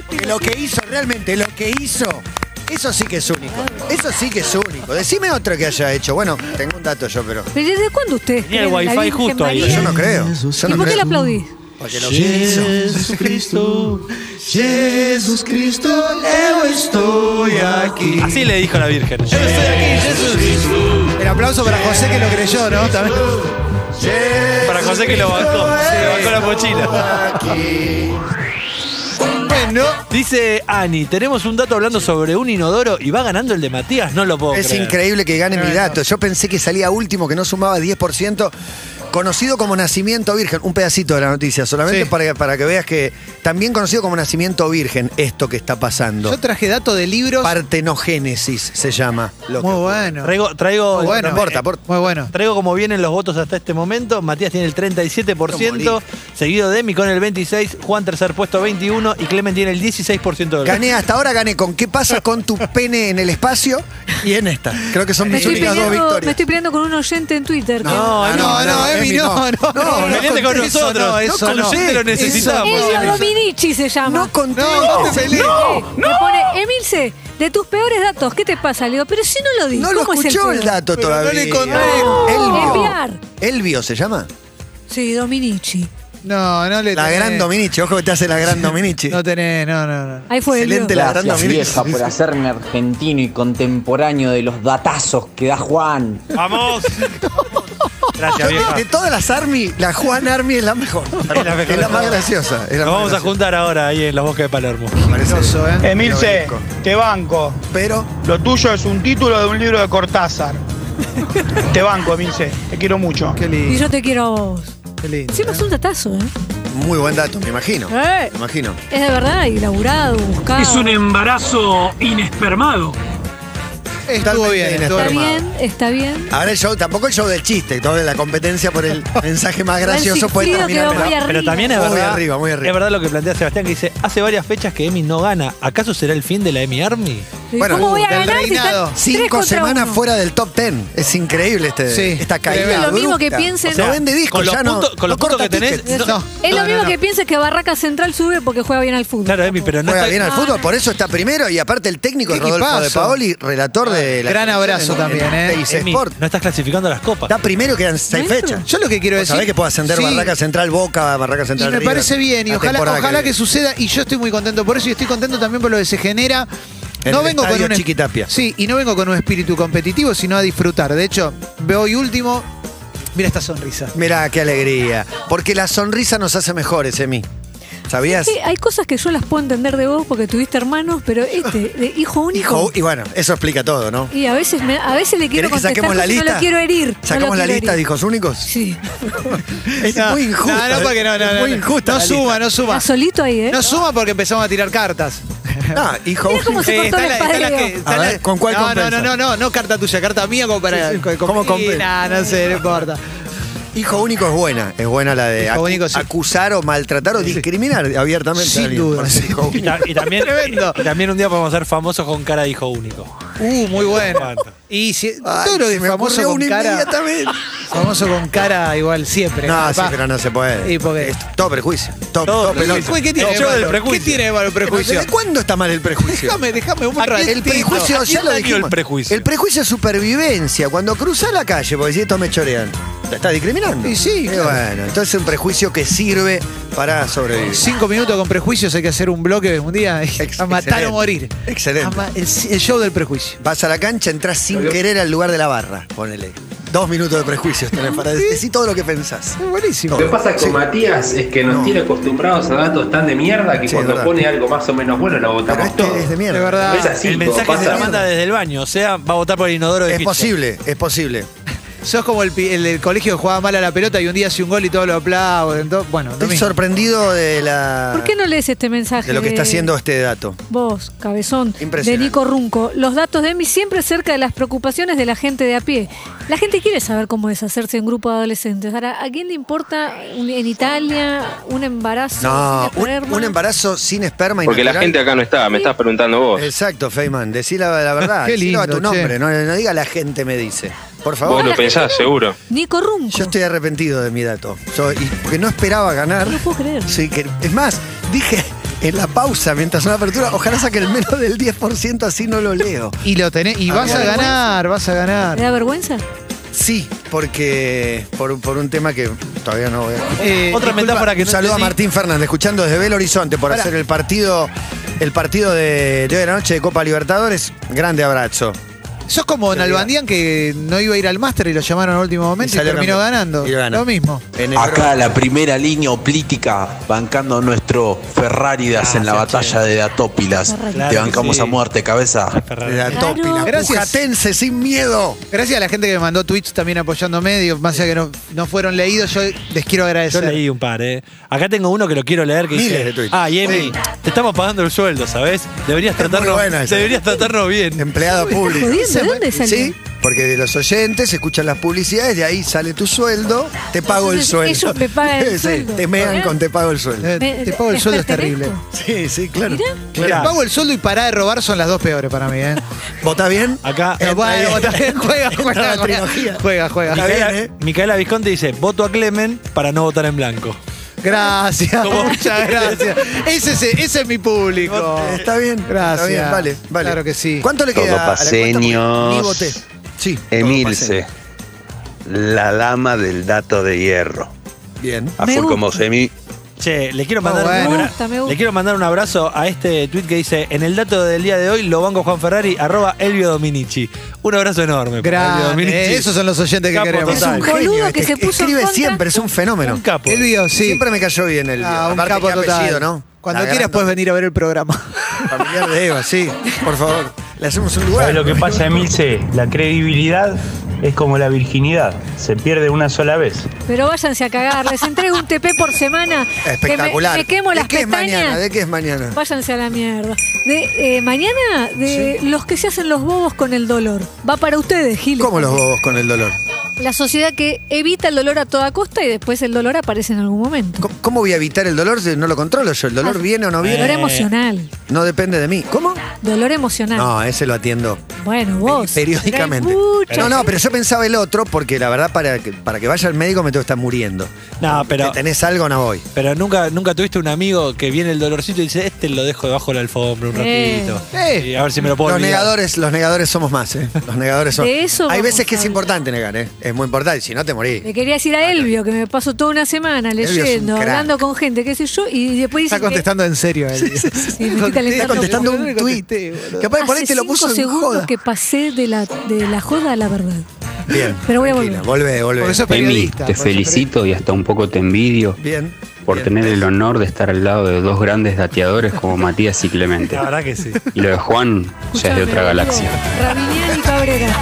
Speaker 3: porque lo que hizo, realmente, lo que hizo, eso sí que es único. Eso sí que es único. Decime otro que haya hecho. Bueno, tengo un dato yo, pero.
Speaker 4: ¿Pero desde cuándo ustedes
Speaker 2: Tenía el
Speaker 4: creen en la
Speaker 2: wifi
Speaker 4: Virgen
Speaker 2: justo ahí.
Speaker 4: María?
Speaker 3: Yo no creo. Yo
Speaker 4: ¿Y
Speaker 3: no
Speaker 4: por qué le
Speaker 3: creo.
Speaker 4: aplaudís?
Speaker 3: Porque lo que hizo.
Speaker 2: Así le dijo la Virgen.
Speaker 5: El aplauso para José que lo creyó, ¿no? También.
Speaker 2: Para José que lo bancó. Se le bancó la mochila.
Speaker 5: Bueno.
Speaker 2: Dice Ani, tenemos un dato hablando sobre un inodoro y va ganando el de Matías, no lo puedo
Speaker 3: Es
Speaker 2: creer.
Speaker 3: increíble que gane mi dato. Yo pensé que salía último, que no sumaba 10%. Conocido como nacimiento virgen, un pedacito de la noticia, solamente
Speaker 5: Sí.
Speaker 3: para, para que veas que también conocido como nacimiento virgen, esto que está pasando.
Speaker 5: Yo traje dato de libros.
Speaker 3: Partenogénesis se llama. lo que-
Speaker 5: Muy bueno.
Speaker 2: Traigo, traigo,
Speaker 5: Muy bueno.
Speaker 3: No importa, por-
Speaker 5: Muy bueno.
Speaker 2: traigo como vienen los votos hasta este momento. Matías tiene el 37%, seguido de Emi con el 26%, Juan tercer puesto 21% y Clemen tiene el 16% del
Speaker 3: Gané hasta ahora, gané con qué pasa con tu pene en el espacio y en esta. Creo que son
Speaker 4: Me
Speaker 3: mis
Speaker 4: estoy,
Speaker 3: únicas dos
Speaker 4: peleando, me
Speaker 3: victorias.
Speaker 4: estoy peleando con un oyente en Twitter.
Speaker 2: No,
Speaker 5: No, no, no, Emi, no, no.
Speaker 3: No, no,
Speaker 2: Peleate con
Speaker 5: eso
Speaker 2: nosotros.
Speaker 5: no, eso
Speaker 2: Con
Speaker 5: no.
Speaker 2: ustedes lo
Speaker 5: Eso
Speaker 2: necesitamos.
Speaker 4: Elio Dominici se llama.
Speaker 3: No conté.
Speaker 5: No, no te pelees.
Speaker 4: Eh, Me pone, Emilce, de tus peores datos, ¿qué te pasa? Le digo, pero si no lo digo.
Speaker 3: No lo escuchó el, dato
Speaker 5: Pero no
Speaker 3: todavía.
Speaker 5: le conté.
Speaker 3: Elvio.
Speaker 4: Enviar.
Speaker 3: Elvio se llama.
Speaker 4: Sí, Dominici.
Speaker 5: No, no le
Speaker 3: La
Speaker 5: tenés.
Speaker 3: gran Dominici, ojo que te hace la gran Dominici.
Speaker 5: No tenés, no, no, no.
Speaker 4: Ahí fue
Speaker 3: Excelente
Speaker 4: Elio.
Speaker 3: la gran Dominici.
Speaker 8: por hacerme argentino y contemporáneo de los datazos que da Juan.
Speaker 2: ¡Vamos!
Speaker 3: Yo
Speaker 2: Gracias,
Speaker 3: de,
Speaker 2: vieja.
Speaker 3: de todas las Army, la Juan Army es la mejor. Es la,
Speaker 2: mejor.
Speaker 3: más graciosa. es la
Speaker 2: Nos
Speaker 3: más
Speaker 2: vamos a
Speaker 3: graciosa.
Speaker 2: juntar ahora ahí en los bosques de Palermo.
Speaker 3: Parece-
Speaker 5: Groso, ¿eh?
Speaker 3: Emilce,
Speaker 11: te banco.
Speaker 3: Pero
Speaker 11: Lo tuyo es un título de un libro de Cortázar. te banco, Emilce. Te quiero mucho.
Speaker 5: Qué
Speaker 4: Y
Speaker 5: lindo.
Speaker 4: yo te quiero a vos.
Speaker 5: Qué lindo.
Speaker 4: Encima es un datazo, ¿eh?
Speaker 3: muy buen dato, me imagino.
Speaker 4: Eh.
Speaker 3: Me imagino.
Speaker 4: Es de verdad, y laburado, buscado.
Speaker 7: embarazo inespermado.
Speaker 5: Estuvo bien, estuvo
Speaker 4: Está
Speaker 5: bien.
Speaker 4: bien, está bien.
Speaker 3: Ahora el show, tampoco el show del chiste, toda la competencia por el mensaje más
Speaker 4: El
Speaker 3: gracioso puede
Speaker 4: Sigfrido
Speaker 3: terminar.
Speaker 4: quedó
Speaker 3: en la-
Speaker 4: muy arriba.
Speaker 2: Pero también es
Speaker 3: Muy
Speaker 2: verdad.
Speaker 3: arriba, muy arriba.
Speaker 2: Es verdad lo que plantea Sebastián, que dice: Hace varias fechas que Emi no gana. ¿Acaso será el fin de la Emi Army?
Speaker 3: Bueno,
Speaker 4: ¿Cómo voy a
Speaker 5: del
Speaker 4: ganar si
Speaker 5: reinado.
Speaker 4: están tres
Speaker 3: Cinco
Speaker 4: contra
Speaker 3: semanas
Speaker 4: uno?
Speaker 3: fuera del top ten. Es increíble este,
Speaker 5: Sí.
Speaker 3: esta caída.
Speaker 5: Es
Speaker 4: lo mismo
Speaker 3: abrupta.
Speaker 4: que piensen-
Speaker 3: O sea, no vende discos,
Speaker 2: con los
Speaker 3: ya no.
Speaker 2: puntos- con
Speaker 3: no
Speaker 2: los puntos
Speaker 3: corta
Speaker 2: que tenés,
Speaker 3: tickets.
Speaker 2: no.
Speaker 4: Es lo
Speaker 5: No,
Speaker 4: mismo
Speaker 5: no,
Speaker 4: que piensa que Barraca Central sube porque juega bien al fútbol.
Speaker 2: Claro, Emi, pero no
Speaker 3: Juega
Speaker 2: está.
Speaker 3: bien al fútbol, por eso está primero. Y aparte el técnico
Speaker 5: Qué
Speaker 3: es Rodolfo
Speaker 5: equipazo.
Speaker 3: de Paoli, relator de la.
Speaker 5: Gran abrazo también, ¿eh?
Speaker 3: Teis
Speaker 2: Emi,
Speaker 3: Sport.
Speaker 2: no estás clasificando a las copas.
Speaker 3: Está primero, quedan seis
Speaker 4: Maestro.
Speaker 3: fechas.
Speaker 5: Yo lo que quiero
Speaker 3: Vos
Speaker 5: decir.
Speaker 3: Sabés que puedo ascender
Speaker 5: Sí.
Speaker 3: Barraca Central, Boca, Barraca
Speaker 5: Y
Speaker 3: Central.
Speaker 5: me
Speaker 3: River,
Speaker 5: parece bien, y
Speaker 3: la
Speaker 5: ojalá,
Speaker 3: temporada
Speaker 5: ojalá que,
Speaker 3: viene.
Speaker 5: suceda, y yo estoy muy contento por eso, y estoy contento también por lo que se genera.
Speaker 3: En el estadio
Speaker 5: es-
Speaker 3: Chiquitapia.
Speaker 5: Sí, y no vengo con un espíritu competitivo, sino a disfrutar. De hecho, veo hoy último, mira esta sonrisa.
Speaker 3: Mirá, qué alegría. Porque la sonrisa nos hace mejores, Emi. ¿Sabías?
Speaker 4: Sí, hay cosas que yo las puedo entender de vos porque tuviste hermanos, pero este, de hijo único.
Speaker 3: Hijo, y bueno, eso explica todo, ¿no?
Speaker 4: Y a veces, me- a veces le quiero
Speaker 3: ¿Querés que
Speaker 4: contestar
Speaker 3: saquemos la
Speaker 4: porque
Speaker 3: lista?
Speaker 4: no lo quiero herir. no lo
Speaker 3: ¿Sacamos la
Speaker 4: quiero
Speaker 3: lista de
Speaker 4: herir.
Speaker 3: hijos únicos?
Speaker 4: Sí.
Speaker 3: Es muy injusto.
Speaker 5: No, no, porque no, no,
Speaker 3: es
Speaker 5: no,
Speaker 3: muy
Speaker 5: no.
Speaker 3: injusta
Speaker 5: No
Speaker 3: la
Speaker 5: suma, no suma.
Speaker 4: Está solito ahí, ¿eh?
Speaker 5: No suma porque empezamos a tirar cartas.
Speaker 3: No, Ah, hijo
Speaker 4: Mira cómo
Speaker 3: único.
Speaker 4: se
Speaker 5: Eh,
Speaker 4: cortó
Speaker 5: está
Speaker 4: el
Speaker 5: la- está la
Speaker 4: espadeo.
Speaker 5: que- está
Speaker 3: A
Speaker 5: la-
Speaker 3: ver, ¿con cuál
Speaker 5: no, no,
Speaker 3: compensa?
Speaker 5: no, no, no, no carta tuya, carta mía como para.
Speaker 3: Sí, sí. ¿Cómo
Speaker 5: Y
Speaker 3: compensa?
Speaker 5: nada, no sé, no importa.
Speaker 3: Hijo único es buena. Es buena la de
Speaker 5: Hijo
Speaker 3: acu-
Speaker 5: único, sí.
Speaker 3: acusar o maltratar o discriminar abiertamente
Speaker 5: Sin
Speaker 3: a alguien
Speaker 5: duda.
Speaker 3: por ser hijo
Speaker 2: Y,
Speaker 3: único.
Speaker 2: ta- y también,
Speaker 5: Tremendo.
Speaker 2: y también un día podemos ser famosos con cara de hijo único.
Speaker 5: Uh, muy bueno. Y si,
Speaker 3: Ay,
Speaker 5: todo lo que
Speaker 3: se
Speaker 5: es
Speaker 3: me
Speaker 5: famoso
Speaker 3: ocurrió
Speaker 5: con
Speaker 3: una
Speaker 5: cara.
Speaker 3: inmediatamente.
Speaker 5: Famoso con cara igual siempre.
Speaker 3: No,
Speaker 5: capaz.
Speaker 3: sí, pero no se puede.
Speaker 5: Y porque-
Speaker 3: Es todo prejuicio.
Speaker 2: Todo
Speaker 3: Todo, todo pelota.
Speaker 2: prejuicio.
Speaker 5: Uy, ¿Qué tiene,
Speaker 2: El
Speaker 5: de
Speaker 2: show del
Speaker 5: malo?
Speaker 2: prejuicio.
Speaker 5: ¿Qué tiene de malo el prejuicio?
Speaker 3: ¿Desde cuándo está mal el prejuicio?
Speaker 5: Déjame, déjame un ratito.
Speaker 3: El prejuicio,
Speaker 2: ¿A
Speaker 3: ya
Speaker 2: quién
Speaker 3: lo
Speaker 2: dañó el
Speaker 3: dijimos.
Speaker 2: prejuicio?
Speaker 3: El prejuicio es supervivencia. Cuando cruzás la calle, porque si estos me chorean, te estás discriminando.
Speaker 5: Y sí,
Speaker 3: Y
Speaker 5: claro.
Speaker 3: bueno, entonces es un prejuicio que sirve para sobrevivir.
Speaker 5: Cinco minutos con prejuicios, hay que hacer un bloque un día y
Speaker 3: Ex-
Speaker 5: a matar
Speaker 3: excelente.
Speaker 5: o morir.
Speaker 3: Excelente.
Speaker 5: A ma- el, el show del prejuicio.
Speaker 3: Vas a la cancha, entras sin querer al lugar de la barra, ponele. Dos minutos de prejuicios tenés para decir todo lo que pensás.
Speaker 5: Es buenísimo.
Speaker 12: Lo que pasa con
Speaker 3: Sí.
Speaker 12: Matías es que nos
Speaker 3: No.
Speaker 12: tiene acostumbrados a datos tan de mierda que
Speaker 3: Sí,
Speaker 12: cuando
Speaker 3: es verdad.
Speaker 12: pone algo más o menos bueno lo
Speaker 3: Pero
Speaker 12: votamos todo.
Speaker 3: este es de mierda.
Speaker 5: De verdad.
Speaker 12: Es así,
Speaker 2: el
Speaker 12: todo
Speaker 2: mensaje se
Speaker 12: pasa.
Speaker 2: la manda desde el baño, o sea, va a votar por el inodoro de
Speaker 3: Es
Speaker 2: Kirchner.
Speaker 3: posible, es posible.
Speaker 5: Sos como el, pi- el del colegio que jugaba mal a la pelota y un día hace un gol y todos lo aplauden. todo- bueno, lo
Speaker 3: Estoy
Speaker 5: mismo.
Speaker 3: sorprendido de la.
Speaker 4: ¿Por qué no lees este mensaje?
Speaker 3: de lo que está
Speaker 4: de-
Speaker 3: haciendo este dato.
Speaker 4: Vos, cabezón, de
Speaker 3: Impresionante.
Speaker 4: Nico Runco. Los datos de Emi siempre cerca de las preocupaciones de la gente de a pie. La gente quiere saber cómo deshacerse de un grupo de adolescentes. Ahora, ¿a quién le importa un- en Italia un embarazo?
Speaker 3: No,
Speaker 4: sin
Speaker 3: un,
Speaker 4: esperma?
Speaker 3: un embarazo sin esperma y
Speaker 13: Porque la
Speaker 3: natural.
Speaker 13: gente acá no está, me estás preguntando vos.
Speaker 3: Exacto, Feynman. Decí la, la verdad.
Speaker 5: Qué
Speaker 3: Decilo a
Speaker 5: lindo,
Speaker 3: tu
Speaker 5: che.
Speaker 3: nombre. No, no diga la gente me dice. Por favor.
Speaker 13: Vos
Speaker 4: la
Speaker 13: lo
Speaker 4: gente
Speaker 13: pensás,
Speaker 4: no.
Speaker 13: seguro.
Speaker 4: Nico Runco.
Speaker 3: Yo estoy arrepentido de mi dato. Yo- y- porque no esperaba ganar.
Speaker 4: No lo puedo creer.
Speaker 3: Sí, que- es más, dije en la pausa, mientras una apertura, ojalá saque el menos del 10%, así no lo leo.
Speaker 5: Y lo tenés. Y
Speaker 3: Ah,
Speaker 5: vas a
Speaker 3: bueno.
Speaker 5: ganar, vas a
Speaker 4: ¿Te
Speaker 5: ganar.
Speaker 4: da vergüenza?
Speaker 3: Sí, porque por, por un tema que todavía no voy a...
Speaker 5: Eh,
Speaker 2: Otra metáfora que
Speaker 3: Un
Speaker 2: no
Speaker 3: saludo a
Speaker 2: entendí.
Speaker 3: Martín Fernández, escuchando desde Belo Horizonte por
Speaker 5: Pará.
Speaker 3: hacer el partido, el partido de, de hoy de la noche de Copa Libertadores. Grande abrazo.
Speaker 5: Sos como
Speaker 3: Realidad.
Speaker 5: Nalbandián que no iba a ir al máster y lo llamaron al último momento y,
Speaker 3: salió
Speaker 5: terminó
Speaker 3: campeón.
Speaker 5: ganando.
Speaker 3: Y lo ganó.
Speaker 5: Lo mismo.
Speaker 3: En el-
Speaker 14: Acá la primera línea oplítica bancando nuestro Ferraridas en la batalla de Atópilas.
Speaker 4: Ferrari.
Speaker 14: Te bancamos
Speaker 2: Sí.
Speaker 14: a muerte, cabeza.
Speaker 3: de la
Speaker 4: Claro.
Speaker 3: Tópila.
Speaker 5: Gracias.
Speaker 3: Pujatense, sin miedo.
Speaker 5: Gracias a la gente que me mandó tweets también apoyándome. Digo, más allá que no, no fueron leídos, yo les quiero
Speaker 2: Yo
Speaker 5: agradecer.
Speaker 2: leí un par, ¿eh? Acá tengo uno que lo quiero leer que
Speaker 3: Miles
Speaker 2: dice,
Speaker 3: de tweets.
Speaker 2: Ah, y Emi, te estamos pagando el sueldo, ¿sabes? Deberías
Speaker 3: Es muy
Speaker 2: tratarnos,
Speaker 3: buena esa.
Speaker 2: deberías tratarnos bien.
Speaker 3: Empleado público.
Speaker 4: jodiendo, ¿de dónde salió?
Speaker 3: Sí, porque de los oyentes escuchan las publicidades, de ahí sale tu sueldo, te pago el
Speaker 4: Entonces,
Speaker 3: sueldo.
Speaker 4: ellos me pagan el
Speaker 3: Sí,
Speaker 4: sueldo.
Speaker 3: Te mean con te pago el sueldo.
Speaker 5: Eh,
Speaker 4: Me-
Speaker 5: te pago el
Speaker 4: ¿les
Speaker 5: sueldo, es
Speaker 4: pertenezco?
Speaker 5: terrible.
Speaker 3: Sí, sí, claro.
Speaker 5: Te
Speaker 2: Mirá,
Speaker 5: pago el sueldo y parar de robar son las dos peores para mí, ¿eh?
Speaker 3: ¿Votás bien?
Speaker 2: acá
Speaker 5: Eh, bueno, vos también juega,
Speaker 3: Entra
Speaker 5: juega,
Speaker 3: la
Speaker 5: juega,
Speaker 3: trilogía.
Speaker 5: juega, juega.
Speaker 3: Está bien,
Speaker 2: Micaela,
Speaker 3: ¿eh?
Speaker 2: Micaela Visconti dice, voto a Clemen para no votar en blanco.
Speaker 5: Gracias,
Speaker 2: ¿Cómo?
Speaker 5: muchas gracias. Ese es, ese es mi público.
Speaker 3: Está bien. está
Speaker 5: Gracias.
Speaker 3: bien, vale, vale.
Speaker 5: Claro que sí.
Speaker 3: ¿Cuánto le queda? a la cuenta? Porque Ni voté. Sí.
Speaker 15: Emilce, la lama del dato de hierro.
Speaker 3: Bien.
Speaker 15: A
Speaker 4: Me
Speaker 15: full
Speaker 4: gusta.
Speaker 15: como semi.
Speaker 2: Che, le quiero
Speaker 5: Muy
Speaker 2: mandar
Speaker 5: bueno.
Speaker 2: un
Speaker 4: Me
Speaker 2: abra-
Speaker 4: gusta, me gusta.
Speaker 2: Le quiero mandar un abrazo a este tweet que dice, en el dato del día de hoy, lo banco Juan Ferrari, arroba Elvio Dominici. Un abrazo enorme. para Elvio
Speaker 5: Grande, eh,
Speaker 2: Dominici.
Speaker 5: esos son los oyentes que
Speaker 2: Capo
Speaker 5: queremos.
Speaker 2: total.
Speaker 4: Es un boludo
Speaker 3: Genio,
Speaker 4: que
Speaker 3: este,
Speaker 4: se puso en
Speaker 3: Escribe
Speaker 4: contra.
Speaker 3: siempre, es un fenómeno.
Speaker 2: Un capo.
Speaker 5: Elvio, sí.
Speaker 3: Siempre me cayó bien el
Speaker 5: Ah, un
Speaker 3: Aparte,
Speaker 5: capo
Speaker 3: qué
Speaker 5: total.
Speaker 3: apellido, ¿no?
Speaker 5: Cuando
Speaker 3: La
Speaker 5: quieras
Speaker 3: gran
Speaker 5: puedes venir a ver el programa.
Speaker 3: Familiar de Eva, sí. Por favor, le hacemos un lugar.
Speaker 16: ¿Sabes lo que pasa, Emilce? La credibilidad Es como la virginidad, se pierde una sola vez.
Speaker 4: Pero váyanse a cagar, les entrego un TP por semana. que me-
Speaker 3: Espectacular.
Speaker 4: me, quemo las
Speaker 3: ¿De qué es
Speaker 4: pestañas.
Speaker 3: mañana? ¿De qué es mañana?
Speaker 4: Váyanse a la mierda. De, eh, mañana, de los que se hacen los bobos con el dolor. Va para ustedes, Gil.
Speaker 3: ¿Cómo los bobos con el dolor?
Speaker 4: La sociedad que evita el dolor a toda costa y después el dolor aparece en algún momento.
Speaker 3: ¿Cómo, cómo voy a evitar el dolor si no lo controlo yo? ¿El dolor
Speaker 4: Ah,
Speaker 3: viene o no viene?
Speaker 4: Dolor emocional.
Speaker 3: No depende de mí. ¿Cómo?
Speaker 4: Dolor emocional.
Speaker 3: No, ese lo atiendo
Speaker 4: Bueno, vos.
Speaker 3: periódicamente.
Speaker 4: pero hay mucha
Speaker 3: No, no,
Speaker 4: gente-
Speaker 3: pero yo pensaba el otro porque la verdad para que, para que vaya al médico me tengo que estar muriendo.
Speaker 2: No, pero,
Speaker 3: Que tenés algo, no voy.
Speaker 2: pero nunca, nunca tuviste un amigo que viene el dolorcito y dice, este lo dejo debajo de la alfombra un
Speaker 4: Eh.
Speaker 2: ratito. Y a ver si me lo puedo
Speaker 3: Los
Speaker 2: olvidar".
Speaker 3: negadores, los negadores somos más, ¿eh? Los negadores son.
Speaker 4: De eso
Speaker 3: Hay
Speaker 4: vamos
Speaker 3: veces que
Speaker 4: a
Speaker 3: es
Speaker 4: hablar.
Speaker 3: importante negar, ¿eh? Es muy importante, si no te morís.
Speaker 4: Le quería decir a Elvio que me pasó toda una semana
Speaker 3: Elvio es un
Speaker 4: leyendo,
Speaker 3: crack.
Speaker 4: hablando con gente, qué sé yo, y después dice
Speaker 5: Está contestando en serio. él.
Speaker 3: Está contestando un tuit. Capaz por ahí te lo puso en
Speaker 4: segundos
Speaker 3: joda.
Speaker 4: que pasé de la, de la joda a la verdad.
Speaker 3: Bien.
Speaker 4: Pero voy a
Speaker 3: Tranquila, Volvé, volvé.
Speaker 5: Por eso es
Speaker 17: Emi,
Speaker 5: periodista.
Speaker 17: te
Speaker 5: por eso es
Speaker 17: felicito y hasta un poco te envidio
Speaker 3: Bien.
Speaker 17: por tener el honor de estar al lado de dos grandes dateadores como Matías y Clemente.
Speaker 2: La verdad que sí.
Speaker 17: Y lo de Juan ya es de otra galaxia.
Speaker 4: Rabinián y Cabrera.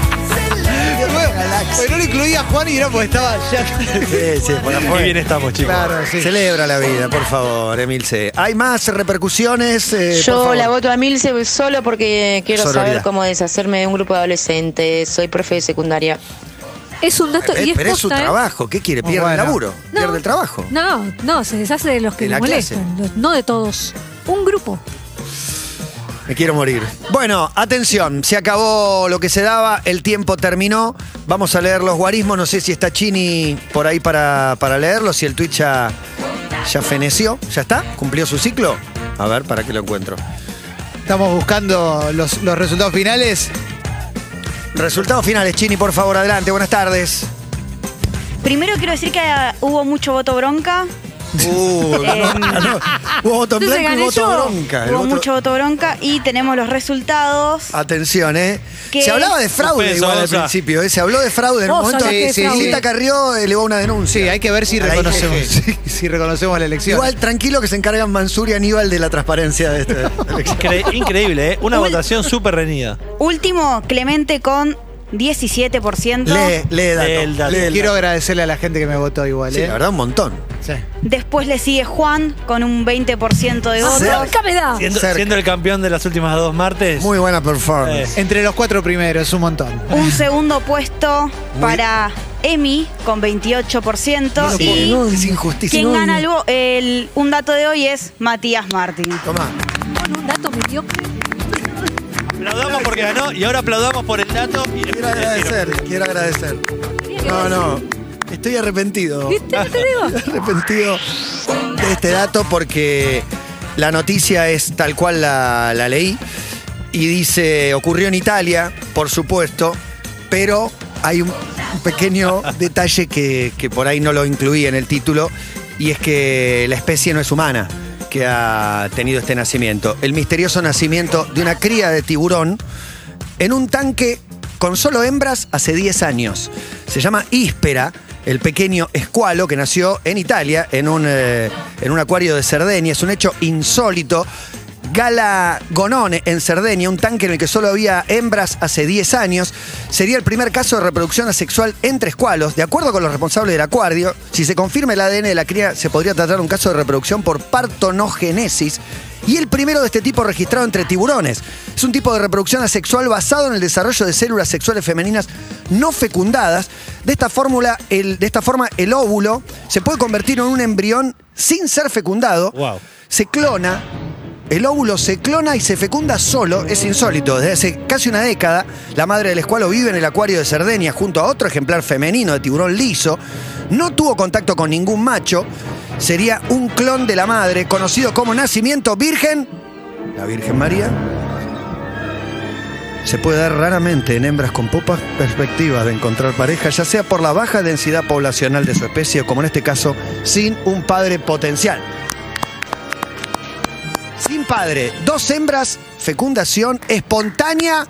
Speaker 5: Pero no lo incluía a Juan y era porque estaba ya.
Speaker 3: Sí, sí, por afuera.
Speaker 2: Y bien estamos, chicos.
Speaker 5: Claro, sí.
Speaker 3: Celebra la vida, por favor, Emilce. ¿Hay más repercusiones? Eh, por
Speaker 9: Yo
Speaker 3: favor.
Speaker 9: la voto a Milce solo porque quiero
Speaker 3: Sororidad.
Speaker 9: saber cómo deshacerme de un grupo de adolescentes. Soy profe de secundaria.
Speaker 4: Es un dato
Speaker 3: Eh,
Speaker 4: y es
Speaker 3: pero es su
Speaker 4: posta, ¿eh?
Speaker 3: trabajo. ¿Qué quiere? Pierde el
Speaker 5: Bueno.
Speaker 3: laburo.
Speaker 4: No.
Speaker 3: Pierde el trabajo.
Speaker 4: No, no, se deshace de los que
Speaker 3: De la
Speaker 4: le
Speaker 3: clase.
Speaker 4: molestan, los- no de todos. Un grupo.
Speaker 3: Me quiero morir. Bueno, atención, se acabó lo que se daba, el tiempo terminó. Vamos a leer los guarismos. No sé si está Chini por ahí para, para leerlo, si el tweet ya, ya feneció. ¿Ya está? ¿Cumplió su ciclo? A ver, para que lo encuentro.
Speaker 5: Estamos buscando los, los resultados finales.
Speaker 3: Resultados finales, Chini, por favor, adelante. Buenas tardes.
Speaker 18: Primero quiero decir que ah, hubo mucho voto bronca.
Speaker 3: Uh, no, no. Hubo voto en
Speaker 18: Entonces
Speaker 3: blanco y
Speaker 18: gané
Speaker 3: voto
Speaker 18: yo.
Speaker 3: bronca. El
Speaker 18: Hubo
Speaker 3: voto-
Speaker 18: mucho voto bronca y tenemos los resultados.
Speaker 3: Atención, ¿eh?
Speaker 18: ¿Qué?
Speaker 3: Se hablaba de fraude
Speaker 2: Suspenso,
Speaker 3: igual al
Speaker 2: Gonza.
Speaker 3: principio, ¿eh? Se habló de fraude en el
Speaker 4: Vos
Speaker 3: momento eh,
Speaker 4: hablaste
Speaker 3: que
Speaker 4: de fraude.
Speaker 3: Lita Carrió elevó una denuncia.
Speaker 5: Sí, hay que ver si
Speaker 3: A la
Speaker 5: reconocemos,
Speaker 3: IGG.
Speaker 5: si, si reconocemos la elección.
Speaker 3: Igual tranquilo que se encargan Mansur y Aníbal de la transparencia de este.
Speaker 2: Incre- increíble, ¿eh? Una votación súper reñida.
Speaker 18: Último, Clemente con 17%.
Speaker 3: eh, lee, lee dato.
Speaker 2: El dato.
Speaker 3: Lee el
Speaker 5: Quiero
Speaker 3: dato.
Speaker 5: agradecerle a la gente que me votó igual.
Speaker 3: Sí,
Speaker 5: ¿eh?
Speaker 3: la verdad, un montón.
Speaker 5: Sí.
Speaker 18: Después le sigue Juan con un 20% de votos.
Speaker 4: Nunca Ah, me da.
Speaker 2: Siendo,
Speaker 3: Cerca.
Speaker 2: siendo el campeón de las últimas dos martes.
Speaker 3: Muy buena performance.
Speaker 5: Entre los cuatro primeros, un montón.
Speaker 18: Un segundo puesto
Speaker 3: Muy-
Speaker 18: para Emi con 28%.
Speaker 3: Sí.
Speaker 18: Y
Speaker 3: Es injusticia.
Speaker 18: quien gana el vo- el- un dato de hoy es Matías Martín.
Speaker 3: Tomá.
Speaker 4: Con un dato mediocre.
Speaker 2: aplaudamos porque ganó y ahora aplaudamos por el dato. Y
Speaker 3: Quiero agradecer, quiero agradecer. No, no. Estoy arrepentido.
Speaker 4: ¿Viste? ¿Qué te digo?
Speaker 3: arrepentido de este dato porque la noticia es tal cual la, la leí y dice, ocurrió en Italia, por supuesto, pero hay un un pequeño detalle que, que por ahí no lo incluí en el título y es que la especie no es humana que ha tenido este nacimiento. El misterioso nacimiento de una cría de tiburón en un tanque con solo hembras hace 10 años. Se llama Íspera, el pequeño escualo que nació en Italia, en un, eh, en un acuario de Cerdeña. Es un hecho insólito. Gala Gonone en Cerdeña, un tanque en el que solo había hembras hace 10 años, sería el primer caso de reproducción asexual entre escualos. De acuerdo con los responsables del acuario, si se confirma el ADN de la cría, se podría tratar un caso de reproducción por partonogénesis y el primero de este tipo registrado entre tiburones. Es un tipo de reproducción asexual basado en el desarrollo de células sexuales femeninas no fecundadas. De esta, fórmula, el- de esta forma, el óvulo se puede convertir en un embrión sin ser fecundado.
Speaker 2: Wow.
Speaker 3: Se clona, el óvulo se clona y se fecunda solo. Es insólito. Desde hace casi una década, la madre del escualo vive en el acuario de Cerdeña junto a otro ejemplar femenino de tiburón liso. No tuvo contacto con ningún macho. Sería un clon de la madre, conocido como nacimiento virgen la Virgen María se puede dar raramente en hembras con pocas perspectivas de encontrar pareja, ya sea por la baja densidad poblacional de su especie o como en este caso, sin un padre potencial. Sin padre, dos hembras, fecundación espontánea.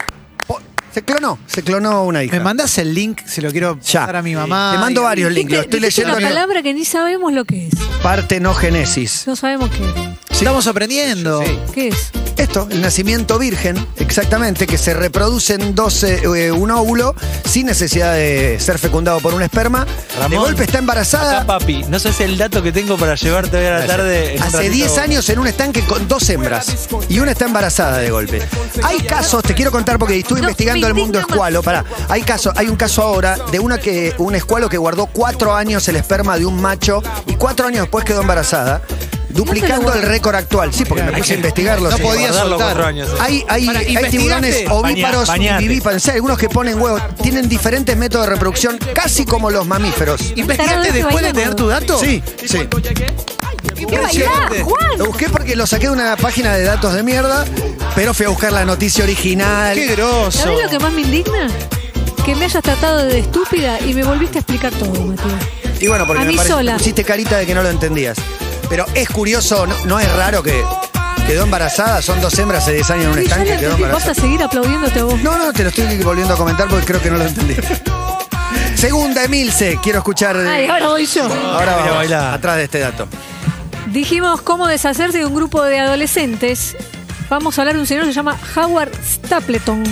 Speaker 3: po- Se clonó, se clonó una hija.
Speaker 5: ¿Me mandás el link? Se lo quiero
Speaker 3: Ya.
Speaker 5: pasar a mi mamá.
Speaker 3: Te mando
Speaker 5: y a-
Speaker 3: varios links, lo
Speaker 4: Dijiste-
Speaker 3: estoy
Speaker 4: dijiste
Speaker 3: leyendo
Speaker 4: una
Speaker 3: en
Speaker 4: palabra que ni sabemos lo que es.
Speaker 3: partenogénesis.
Speaker 4: No sabemos qué,
Speaker 5: Estamos aprendiendo.
Speaker 3: Sí.
Speaker 4: qué es.
Speaker 3: Esto, el nacimiento virgen, exactamente, que se reproduce en 12, eh, un óvulo sin necesidad de ser fecundado por un esperma. de
Speaker 2: Ramón,
Speaker 3: golpe está embarazada.
Speaker 2: Acá, papi, no sé el dato que tengo para llevarte hoy a la tarde. en un
Speaker 3: Hace
Speaker 2: ratito.
Speaker 3: 10 años en un estanque con dos hembras y una está embarazada de golpe. Hay casos, te quiero contar porque estuve investigando el mundo escualo. Pará, hay caso, hay un caso ahora de una que, un escualo que guardó cuatro años el esperma de un macho y cuatro años después quedó embarazada. Duplicando el récord actual. Sí, porque me
Speaker 2: Hay
Speaker 3: puse
Speaker 2: que-
Speaker 3: a investigarlo.
Speaker 2: no
Speaker 3: sí.
Speaker 2: podía Guardarlo soltar. cuatro años.
Speaker 3: Hay, hay,
Speaker 2: Pará,
Speaker 3: hay
Speaker 2: ¿investigaste?
Speaker 3: tiburones ovíparos
Speaker 2: Baña-
Speaker 3: y
Speaker 2: bañate.
Speaker 3: vivíparos. Hay algunos que ponen huevos. Tienen diferentes métodos de reproducción, casi como los mamíferos.
Speaker 4: ¿Investigaste después de tener tu dato?
Speaker 3: Sí, sí.
Speaker 4: ¿Qué bailás, Juan?
Speaker 3: Lo busqué porque lo saqué de una página de datos de mierda, pero fui a buscar la noticia original.
Speaker 5: ¡Qué groso!
Speaker 4: ¿Sabés lo que más me indigna? Que me hayas tratado de estúpida y me volviste a explicar todo, Matías.
Speaker 3: Y bueno, porque
Speaker 4: A
Speaker 3: me
Speaker 4: mí
Speaker 3: parece-
Speaker 4: sola.
Speaker 3: pusiste carita de que no lo entendías. Pero es curioso, no, no es raro que quedó embarazada, son dos hembras hace 10 años en un
Speaker 4: Sí, ya
Speaker 3: estanque,
Speaker 4: lo
Speaker 3: quedó
Speaker 4: entendí. Vas a
Speaker 3: embarazada.
Speaker 4: seguir aplaudiéndote a vos.
Speaker 3: No, no, te lo estoy volviendo a comentar porque creo que no lo entendí. Segunda, Emilce, quiero escuchar. eh,
Speaker 4: Ay, ahora voy yo.
Speaker 3: Ahora vamos, atrás de este dato.
Speaker 4: Dijimos cómo deshacerse de un grupo de adolescentes. Vamos a hablar de un señor que se llama Howard Stapleton.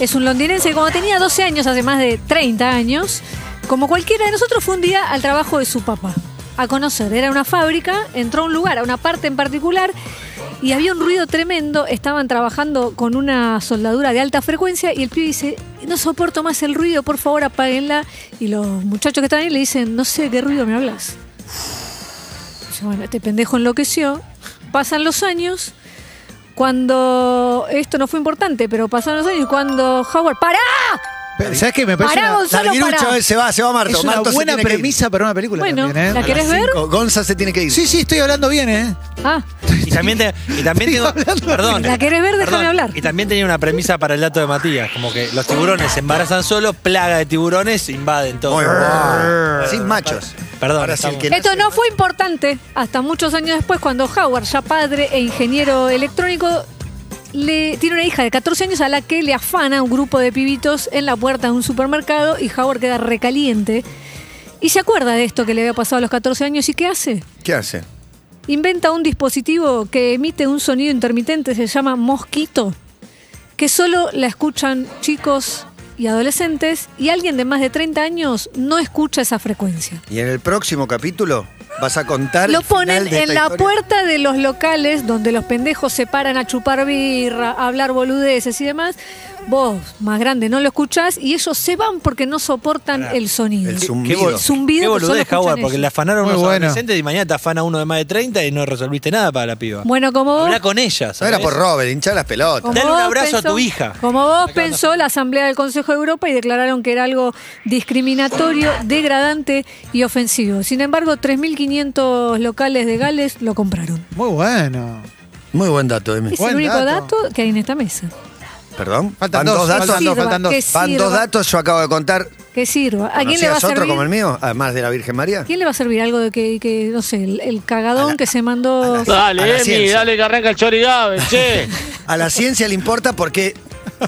Speaker 4: Es un londinense que cuando tenía 12 años, hace más de 30 años, como cualquiera de nosotros, fue un día al trabajo de su papá. A conocer, era una fábrica, entró a un lugar, a una parte en particular, y había un ruido tremendo. Estaban trabajando con una soldadura de alta frecuencia y el pibe dice, no soporto más el ruido, por favor apáguenla. Y los muchachos que están ahí le dicen, no sé de qué ruido me hablas. Dice, Bueno, este pendejo enloqueció. Pasan los años. Cuando esto no fue importante, pero pasaron los años. Cuando Howard. ¡Pará!
Speaker 5: ¿Sabes qué? Me parece
Speaker 4: Pará,
Speaker 5: una,
Speaker 4: Gonzalo,
Speaker 5: Larguirucho,
Speaker 4: pará.
Speaker 5: eh,
Speaker 3: Se va, se va Marto.
Speaker 5: Es una
Speaker 3: Marto se
Speaker 5: buena
Speaker 3: tiene que ir.
Speaker 5: premisa para una película
Speaker 4: Bueno,
Speaker 5: también, ¿eh?
Speaker 4: ¿la querés ver?
Speaker 3: Cinco. Gonza se tiene que ir.
Speaker 5: Sí, sí, estoy hablando bien, ¿eh?
Speaker 4: Ah,
Speaker 2: Y también, te- y también tengo. Perdón.
Speaker 4: ¿la querés ver? Déjame
Speaker 2: Perdón,
Speaker 4: hablar.
Speaker 2: Y también tenía una premisa para el dato de Matías, como que los tiburones se embarazan solos, plaga de tiburones invaden todo.
Speaker 3: Muy bueno. Sin machos.
Speaker 2: Perdón,
Speaker 3: Ahora sí, el
Speaker 2: estamos-
Speaker 3: que
Speaker 4: Esto no fue importante hasta muchos años después, cuando Howard, ya padre e ingeniero electrónico, le tiene una hija de 14 años a la que le afana un grupo de pibitos en la puerta de un supermercado y Howard queda recaliente. Y se acuerda de esto que le había pasado a los 14 años y ¿qué hace?
Speaker 3: ¿Qué hace?
Speaker 4: inventa un dispositivo que emite un sonido intermitente, se llama mosquito, que solo la escuchan chicos y adolescentes y alguien de más de 30 años no escucha esa frecuencia.
Speaker 3: Y en el próximo capítulo vas a contar.
Speaker 4: Lo
Speaker 3: el final
Speaker 4: ponen
Speaker 3: de esta
Speaker 4: en la
Speaker 3: historia.
Speaker 4: puerta de los locales donde los pendejos se paran a chupar birra, a hablar boludeces y demás. Vos, más grande, no lo escuchás y ellos se van porque no soportan el sonido.
Speaker 3: el
Speaker 2: Qué,
Speaker 3: zumbido.
Speaker 2: bol-
Speaker 4: El zumbido
Speaker 2: qué
Speaker 4: que solo
Speaker 2: boludez,
Speaker 4: escuchan
Speaker 2: Howard, porque
Speaker 4: ellos.
Speaker 2: le afanaron
Speaker 5: Muy
Speaker 2: unos
Speaker 5: bueno.
Speaker 2: adolescentes y mañana te afana uno de más de 30 y no resolviste nada para la piba.
Speaker 4: Bueno, como vos,
Speaker 2: Habla con ella,
Speaker 3: No
Speaker 2: ¿sabes?
Speaker 3: era por Robert, hinchar las pelotas.
Speaker 4: Como
Speaker 2: Dale un
Speaker 4: vos
Speaker 2: abrazo a tu hija.
Speaker 4: Como vos pensó la Asamblea del Consejo de Europa y declararon que era algo discriminatorio, degradante y ofensivo. Sin embargo, 3.500 locales de Gales lo compraron.
Speaker 5: Muy bueno.
Speaker 3: Muy buen dato, Emi.
Speaker 4: Es
Speaker 5: Buen
Speaker 4: el único
Speaker 5: dato.
Speaker 4: dato. que hay en esta mesa.
Speaker 3: Perdón. Van
Speaker 5: Faltan dos,
Speaker 3: dos datos.
Speaker 5: faltan dos, faltan dos.
Speaker 4: Que
Speaker 3: Van dos
Speaker 4: sirva.
Speaker 3: datos, yo acabo de contar.
Speaker 4: Que sirva. ¿A quién le va
Speaker 3: ¿Conocías
Speaker 4: a servir?
Speaker 3: otro como el mío? Además de la Virgen María.
Speaker 4: ¿Quién le va a servir algo de que, que, no sé, el, el cagadón que se mandó?
Speaker 3: A la
Speaker 19: Dale, Emi,
Speaker 3: ciencia.
Speaker 19: dale que arranca el chorigabe, che.
Speaker 3: A la ciencia le importa porque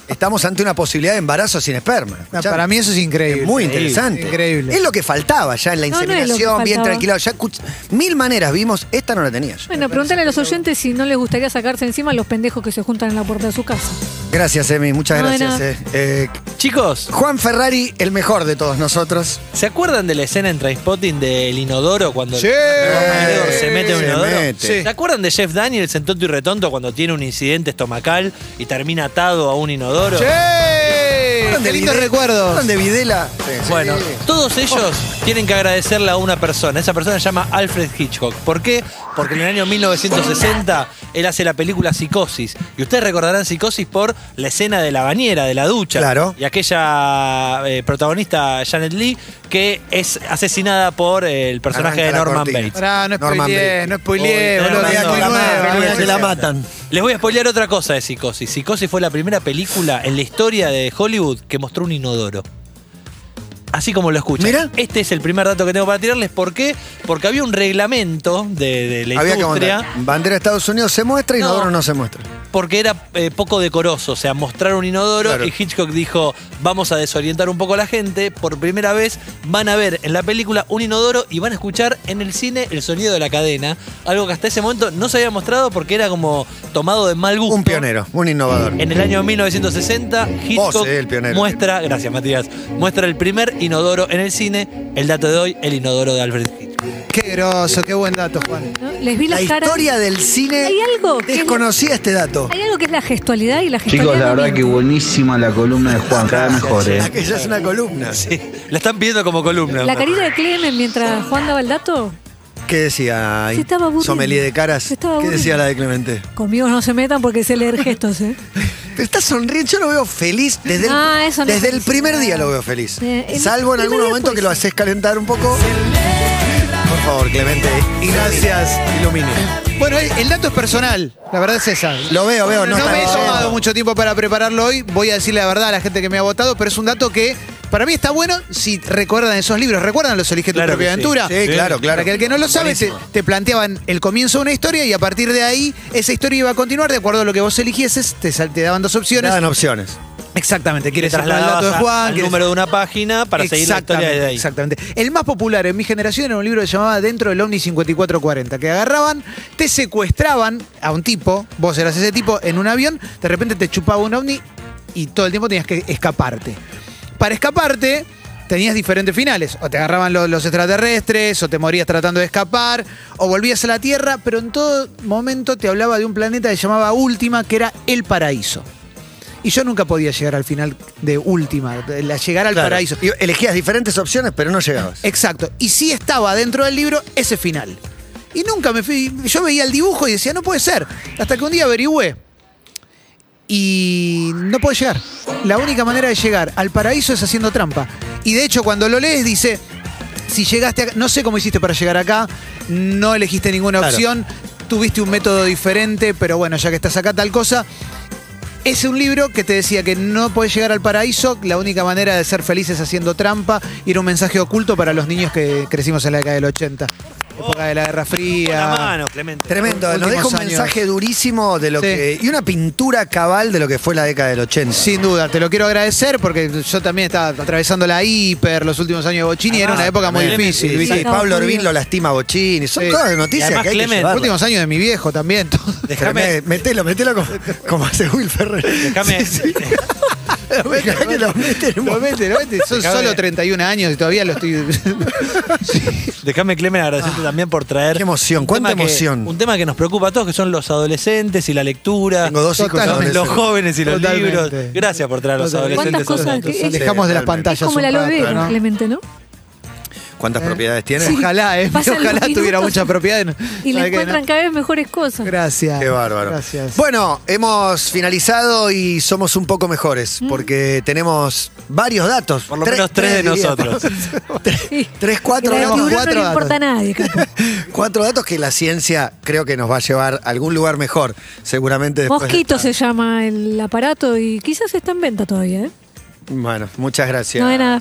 Speaker 3: estamos ante una posibilidad de embarazo sin esperma.
Speaker 5: No,
Speaker 3: Escuchá,
Speaker 5: para mí eso es increíble.
Speaker 3: es muy interesante.
Speaker 5: Increíble.
Speaker 3: Es lo que faltaba ya en la
Speaker 4: No, no es lo que
Speaker 3: inseminación, bien
Speaker 4: faltaba.
Speaker 3: tranquilado. Ya escuch- mil maneras vimos, esta no la tenías.
Speaker 4: Bueno, pregúntale a los oyentes si no les gustaría sacarse encima a los pendejos que se juntan en la puerta de su casa.
Speaker 3: Gracias, Emi, muchas
Speaker 4: No, de
Speaker 3: gracias. eh. Eh,
Speaker 2: Chicos,
Speaker 3: Juan Ferrari, el mejor de todos nosotros.
Speaker 2: ¿se acuerdan de la escena en Trainspotting del inodoro cuando
Speaker 5: Sí.
Speaker 2: el comedor se mete en un
Speaker 3: Se
Speaker 2: inodoro?
Speaker 3: mete.
Speaker 2: Sí. ¿Se acuerdan de Jeff Daniels en Tonto y Retonto cuando tiene un incidente estomacal y termina atado a un inodoro?
Speaker 5: ¡Che! ¡Qué lindos
Speaker 3: Vide-
Speaker 5: recuerdos!
Speaker 3: ¿Dónde Videla? Sí.
Speaker 2: Bueno,
Speaker 3: Sí.
Speaker 2: todos ellos tienen que agradecerle a una persona. Esa persona se llama Alfred Hitchcock. ¿Por qué? Porque en el año 1960 él hace la película Psicosis. Y ustedes recordarán Psicosis por la escena de la bañera, de la ducha.
Speaker 3: Claro.
Speaker 2: Y aquella eh, protagonista, Janet Lee, que es asesinada por eh, el personaje
Speaker 3: Arranca
Speaker 2: de
Speaker 3: la
Speaker 2: Norman
Speaker 3: cortina.
Speaker 2: Bates.
Speaker 5: Pará, no
Speaker 3: Norman
Speaker 5: spoileé,
Speaker 3: Bates.
Speaker 5: no spoileé,
Speaker 2: Oh,
Speaker 5: boludo.
Speaker 2: tenés
Speaker 5: es
Speaker 2: razón.
Speaker 5: muy
Speaker 2: La
Speaker 5: nuevo.
Speaker 2: madre,
Speaker 3: Ahora que la matan.
Speaker 2: Les voy a spoilear otra cosa de Psicosis. Psicosis fue la primera película en la historia de Hollywood que mostró un inodoro. Así como lo escuchan.
Speaker 3: Mirá.
Speaker 2: Este es el primer dato que tengo para tirarles. ¿Por qué? Porque había un reglamento de, de la
Speaker 3: Había que
Speaker 2: industria.
Speaker 3: mandar. Bandera de Estados Unidos se muestra y
Speaker 2: No.
Speaker 3: nosotros no se muestra.
Speaker 2: porque era eh, poco decoroso, o sea, mostrar un inodoro y Hitchcock dijo, vamos a desorientar un poco a la gente, por primera vez van a ver en la película un inodoro y van a escuchar en el cine el sonido de la cadena, algo que hasta ese momento no se había mostrado porque era como tomado de mal gusto.
Speaker 3: Un pionero, un innovador.
Speaker 2: En el año 1960, Hitchcock
Speaker 3: Vos, eh, el pionero.
Speaker 2: muestra, gracias Matías, muestra el primer inodoro en el cine, el dato de hoy, el inodoro de Alfred Hitchcock.
Speaker 5: Qué groso, qué buen dato, Juan.
Speaker 4: Les vi
Speaker 3: La
Speaker 4: las caras.
Speaker 3: historia del cine
Speaker 4: Hay algo que es-
Speaker 3: desconocía este dato.
Speaker 4: Hay algo que es la gestualidad y la gestualidad.
Speaker 20: Chicos, la
Speaker 4: no
Speaker 20: verdad que
Speaker 4: miente.
Speaker 20: buenísima la columna de Juan, cada vez mejor, eh.
Speaker 3: Aquella Ah, es una columna.
Speaker 2: La están pidiendo como columna.
Speaker 4: La carita de Clemen mientras Juan daba el dato,
Speaker 3: ¿Qué decía
Speaker 4: Se estaba aburriendo.
Speaker 3: Sommelier de Caras?
Speaker 4: Se estaba
Speaker 3: ¿Qué
Speaker 4: aburriendo.
Speaker 3: decía la de Clemente?
Speaker 4: conmigo no se metan porque sé leer gestos, ¿eh?
Speaker 3: Pero está sonriendo, yo lo veo feliz desde, el,
Speaker 4: Ah, eso no es
Speaker 3: desde el primer
Speaker 4: felicidad.
Speaker 3: día lo veo feliz.
Speaker 4: Eh, el
Speaker 3: Salvo en
Speaker 4: primer
Speaker 3: algún
Speaker 4: día
Speaker 3: momento
Speaker 4: puede
Speaker 3: que lo
Speaker 4: ser.
Speaker 3: haces calentar un poco. Por favor, Clemente. Y gracias, ilumine.
Speaker 5: Bueno, el, el dato es personal, la verdad es esa.
Speaker 3: Lo veo, veo, no,
Speaker 5: No
Speaker 3: está
Speaker 5: me he
Speaker 3: leyendo.
Speaker 5: tomado mucho tiempo para prepararlo hoy, voy a decir la verdad a la gente que me ha votado, pero es un dato que para mí está bueno si recuerdan esos libros, recuerdan los Elige tu
Speaker 3: Claro
Speaker 5: propia
Speaker 3: que sí.
Speaker 5: aventura.
Speaker 3: Sí, claro, claro.
Speaker 5: Para que el que no lo sabe, te,
Speaker 3: Buenísimo.
Speaker 5: te planteaban el comienzo de una historia y a partir de ahí esa historia iba a continuar de acuerdo a lo que vos eligieses, te, sal- te daban dos opciones.
Speaker 3: Daban opciones.
Speaker 5: Exactamente,
Speaker 2: que
Speaker 5: quieres el
Speaker 2: trasladabas
Speaker 5: dato de
Speaker 2: a-
Speaker 5: Juan,
Speaker 2: al
Speaker 5: quieres-
Speaker 2: número de una página para seguir la historia
Speaker 5: Exactamente,
Speaker 2: de ahí.
Speaker 5: Exactamente. El más popular en mi generación era un libro que se llamaba Dentro del Omni 5440, que agarraban, te secuestraban a un tipo, vos eras ese tipo, en un avión, de repente te chupaba un ovni y todo el tiempo tenías que escaparte. Para escaparte tenías diferentes finales, o te agarraban lo- los extraterrestres, o te morías tratando de escapar, o volvías a la Tierra, pero en todo momento te hablaba de un planeta que se llamaba Última, que era el paraíso. Y yo nunca podía llegar al final de última, de la llegar al
Speaker 3: Claro.
Speaker 5: paraíso.
Speaker 3: Y elegías diferentes opciones, pero no llegabas.
Speaker 5: Exacto. Y sí estaba dentro del libro ese final. Y nunca me fui. Yo veía el dibujo y decía, no puede ser. Hasta que un día averigüé. Y no puede llegar. La única manera de llegar al paraíso es haciendo trampa. Y de hecho, cuando lo lees, dice. Si llegaste acá, no sé cómo hiciste para llegar acá, no elegiste ninguna
Speaker 3: Claro.
Speaker 5: opción, tuviste un método diferente, pero bueno, ya que estás acá, tal cosa. Es un libro que te decía que no podés llegar al paraíso, la única manera de ser feliz es haciendo trampa, y era un mensaje oculto para los niños que crecimos en la década del 80, época de la Guerra
Speaker 2: Una
Speaker 5: Fría.
Speaker 2: mano, Clemente.
Speaker 3: Tremendo, nos
Speaker 5: Eh, Últimos
Speaker 3: deja un
Speaker 5: años.
Speaker 3: mensaje durísimo de lo
Speaker 5: Sí.
Speaker 3: que. Y una pintura cabal de lo que fue la década del 80.
Speaker 5: Sin duda, te lo quiero agradecer porque yo también estaba atravesando la hiper los últimos años de
Speaker 2: Ah,
Speaker 5: Bochini, era una época muy
Speaker 3: Tremendo.
Speaker 5: difícil.
Speaker 3: Sí,
Speaker 5: ¿viste?
Speaker 3: Pablo Orbín lo lastima a Bochini. Son
Speaker 5: Sí.
Speaker 3: todas
Speaker 5: Y
Speaker 3: noticias
Speaker 5: además,
Speaker 3: que hay
Speaker 5: Clemen,
Speaker 3: que
Speaker 5: los
Speaker 3: llevarlas.
Speaker 5: últimos años de mi viejo también. todo.
Speaker 2: Déjame,
Speaker 3: Tremé- Metelo, metelo como, como hace Will Ferrer.
Speaker 2: déjame,
Speaker 5: Lo mete,
Speaker 3: Dejá que lo mete en un
Speaker 5: lo mete, lo mete. Son
Speaker 2: Déjame-
Speaker 5: solo 31 años y todavía lo estoy...
Speaker 2: déjame, Clemen, agradecerte también por traer.
Speaker 3: Ah, Qué emoción,
Speaker 2: un
Speaker 3: cuánta
Speaker 2: tema que-
Speaker 3: emoción.
Speaker 2: un tema que nos preocupa a todos, que son los adolescentes y la lectura.
Speaker 3: Tengo dos hijos
Speaker 5: Totalmente.
Speaker 2: Los
Speaker 3: adolescentes.
Speaker 2: jóvenes y los
Speaker 5: Totalmente.
Speaker 2: libros. Gracias por traer a los
Speaker 5: Totalmente.
Speaker 2: adolescentes.
Speaker 4: ¿Cuántas cosas
Speaker 2: adultos.
Speaker 4: que-
Speaker 5: Dejamos de las
Speaker 3: Totalmente.
Speaker 5: pantallas.
Speaker 4: Es como
Speaker 5: un
Speaker 4: la
Speaker 5: rato,
Speaker 4: lobera,
Speaker 5: ¿no?
Speaker 4: Clemente, ¿no?
Speaker 3: ¿Cuántas propiedades tiene?
Speaker 4: Sí.
Speaker 5: Ojalá, eh,
Speaker 4: Pasan los
Speaker 5: ojalá tuviera
Speaker 4: minutos
Speaker 5: muchas propiedades.
Speaker 4: Y le
Speaker 5: ¿Sabe qué?
Speaker 4: encuentran cada vez mejores cosas.
Speaker 5: Gracias.
Speaker 3: Qué bárbaro.
Speaker 5: Gracias.
Speaker 3: Bueno, hemos finalizado y somos un poco mejores porque tenemos varios datos.
Speaker 2: Por lo menos tres de
Speaker 3: diría.
Speaker 2: nosotros.
Speaker 3: tres, tres, cuatro,
Speaker 4: La de
Speaker 3: datos,
Speaker 4: tiburón
Speaker 5: cuatro
Speaker 4: no le
Speaker 5: datos.
Speaker 4: importa a nadie. capaz.
Speaker 3: cuatro datos que la ciencia creo que nos va a llevar a algún lugar mejor, seguramente después. de-
Speaker 4: Mosquito se llama el aparato y quizás está en venta todavía, ¿eh?
Speaker 3: Bueno, muchas gracias.
Speaker 5: ah,
Speaker 4: No de nada.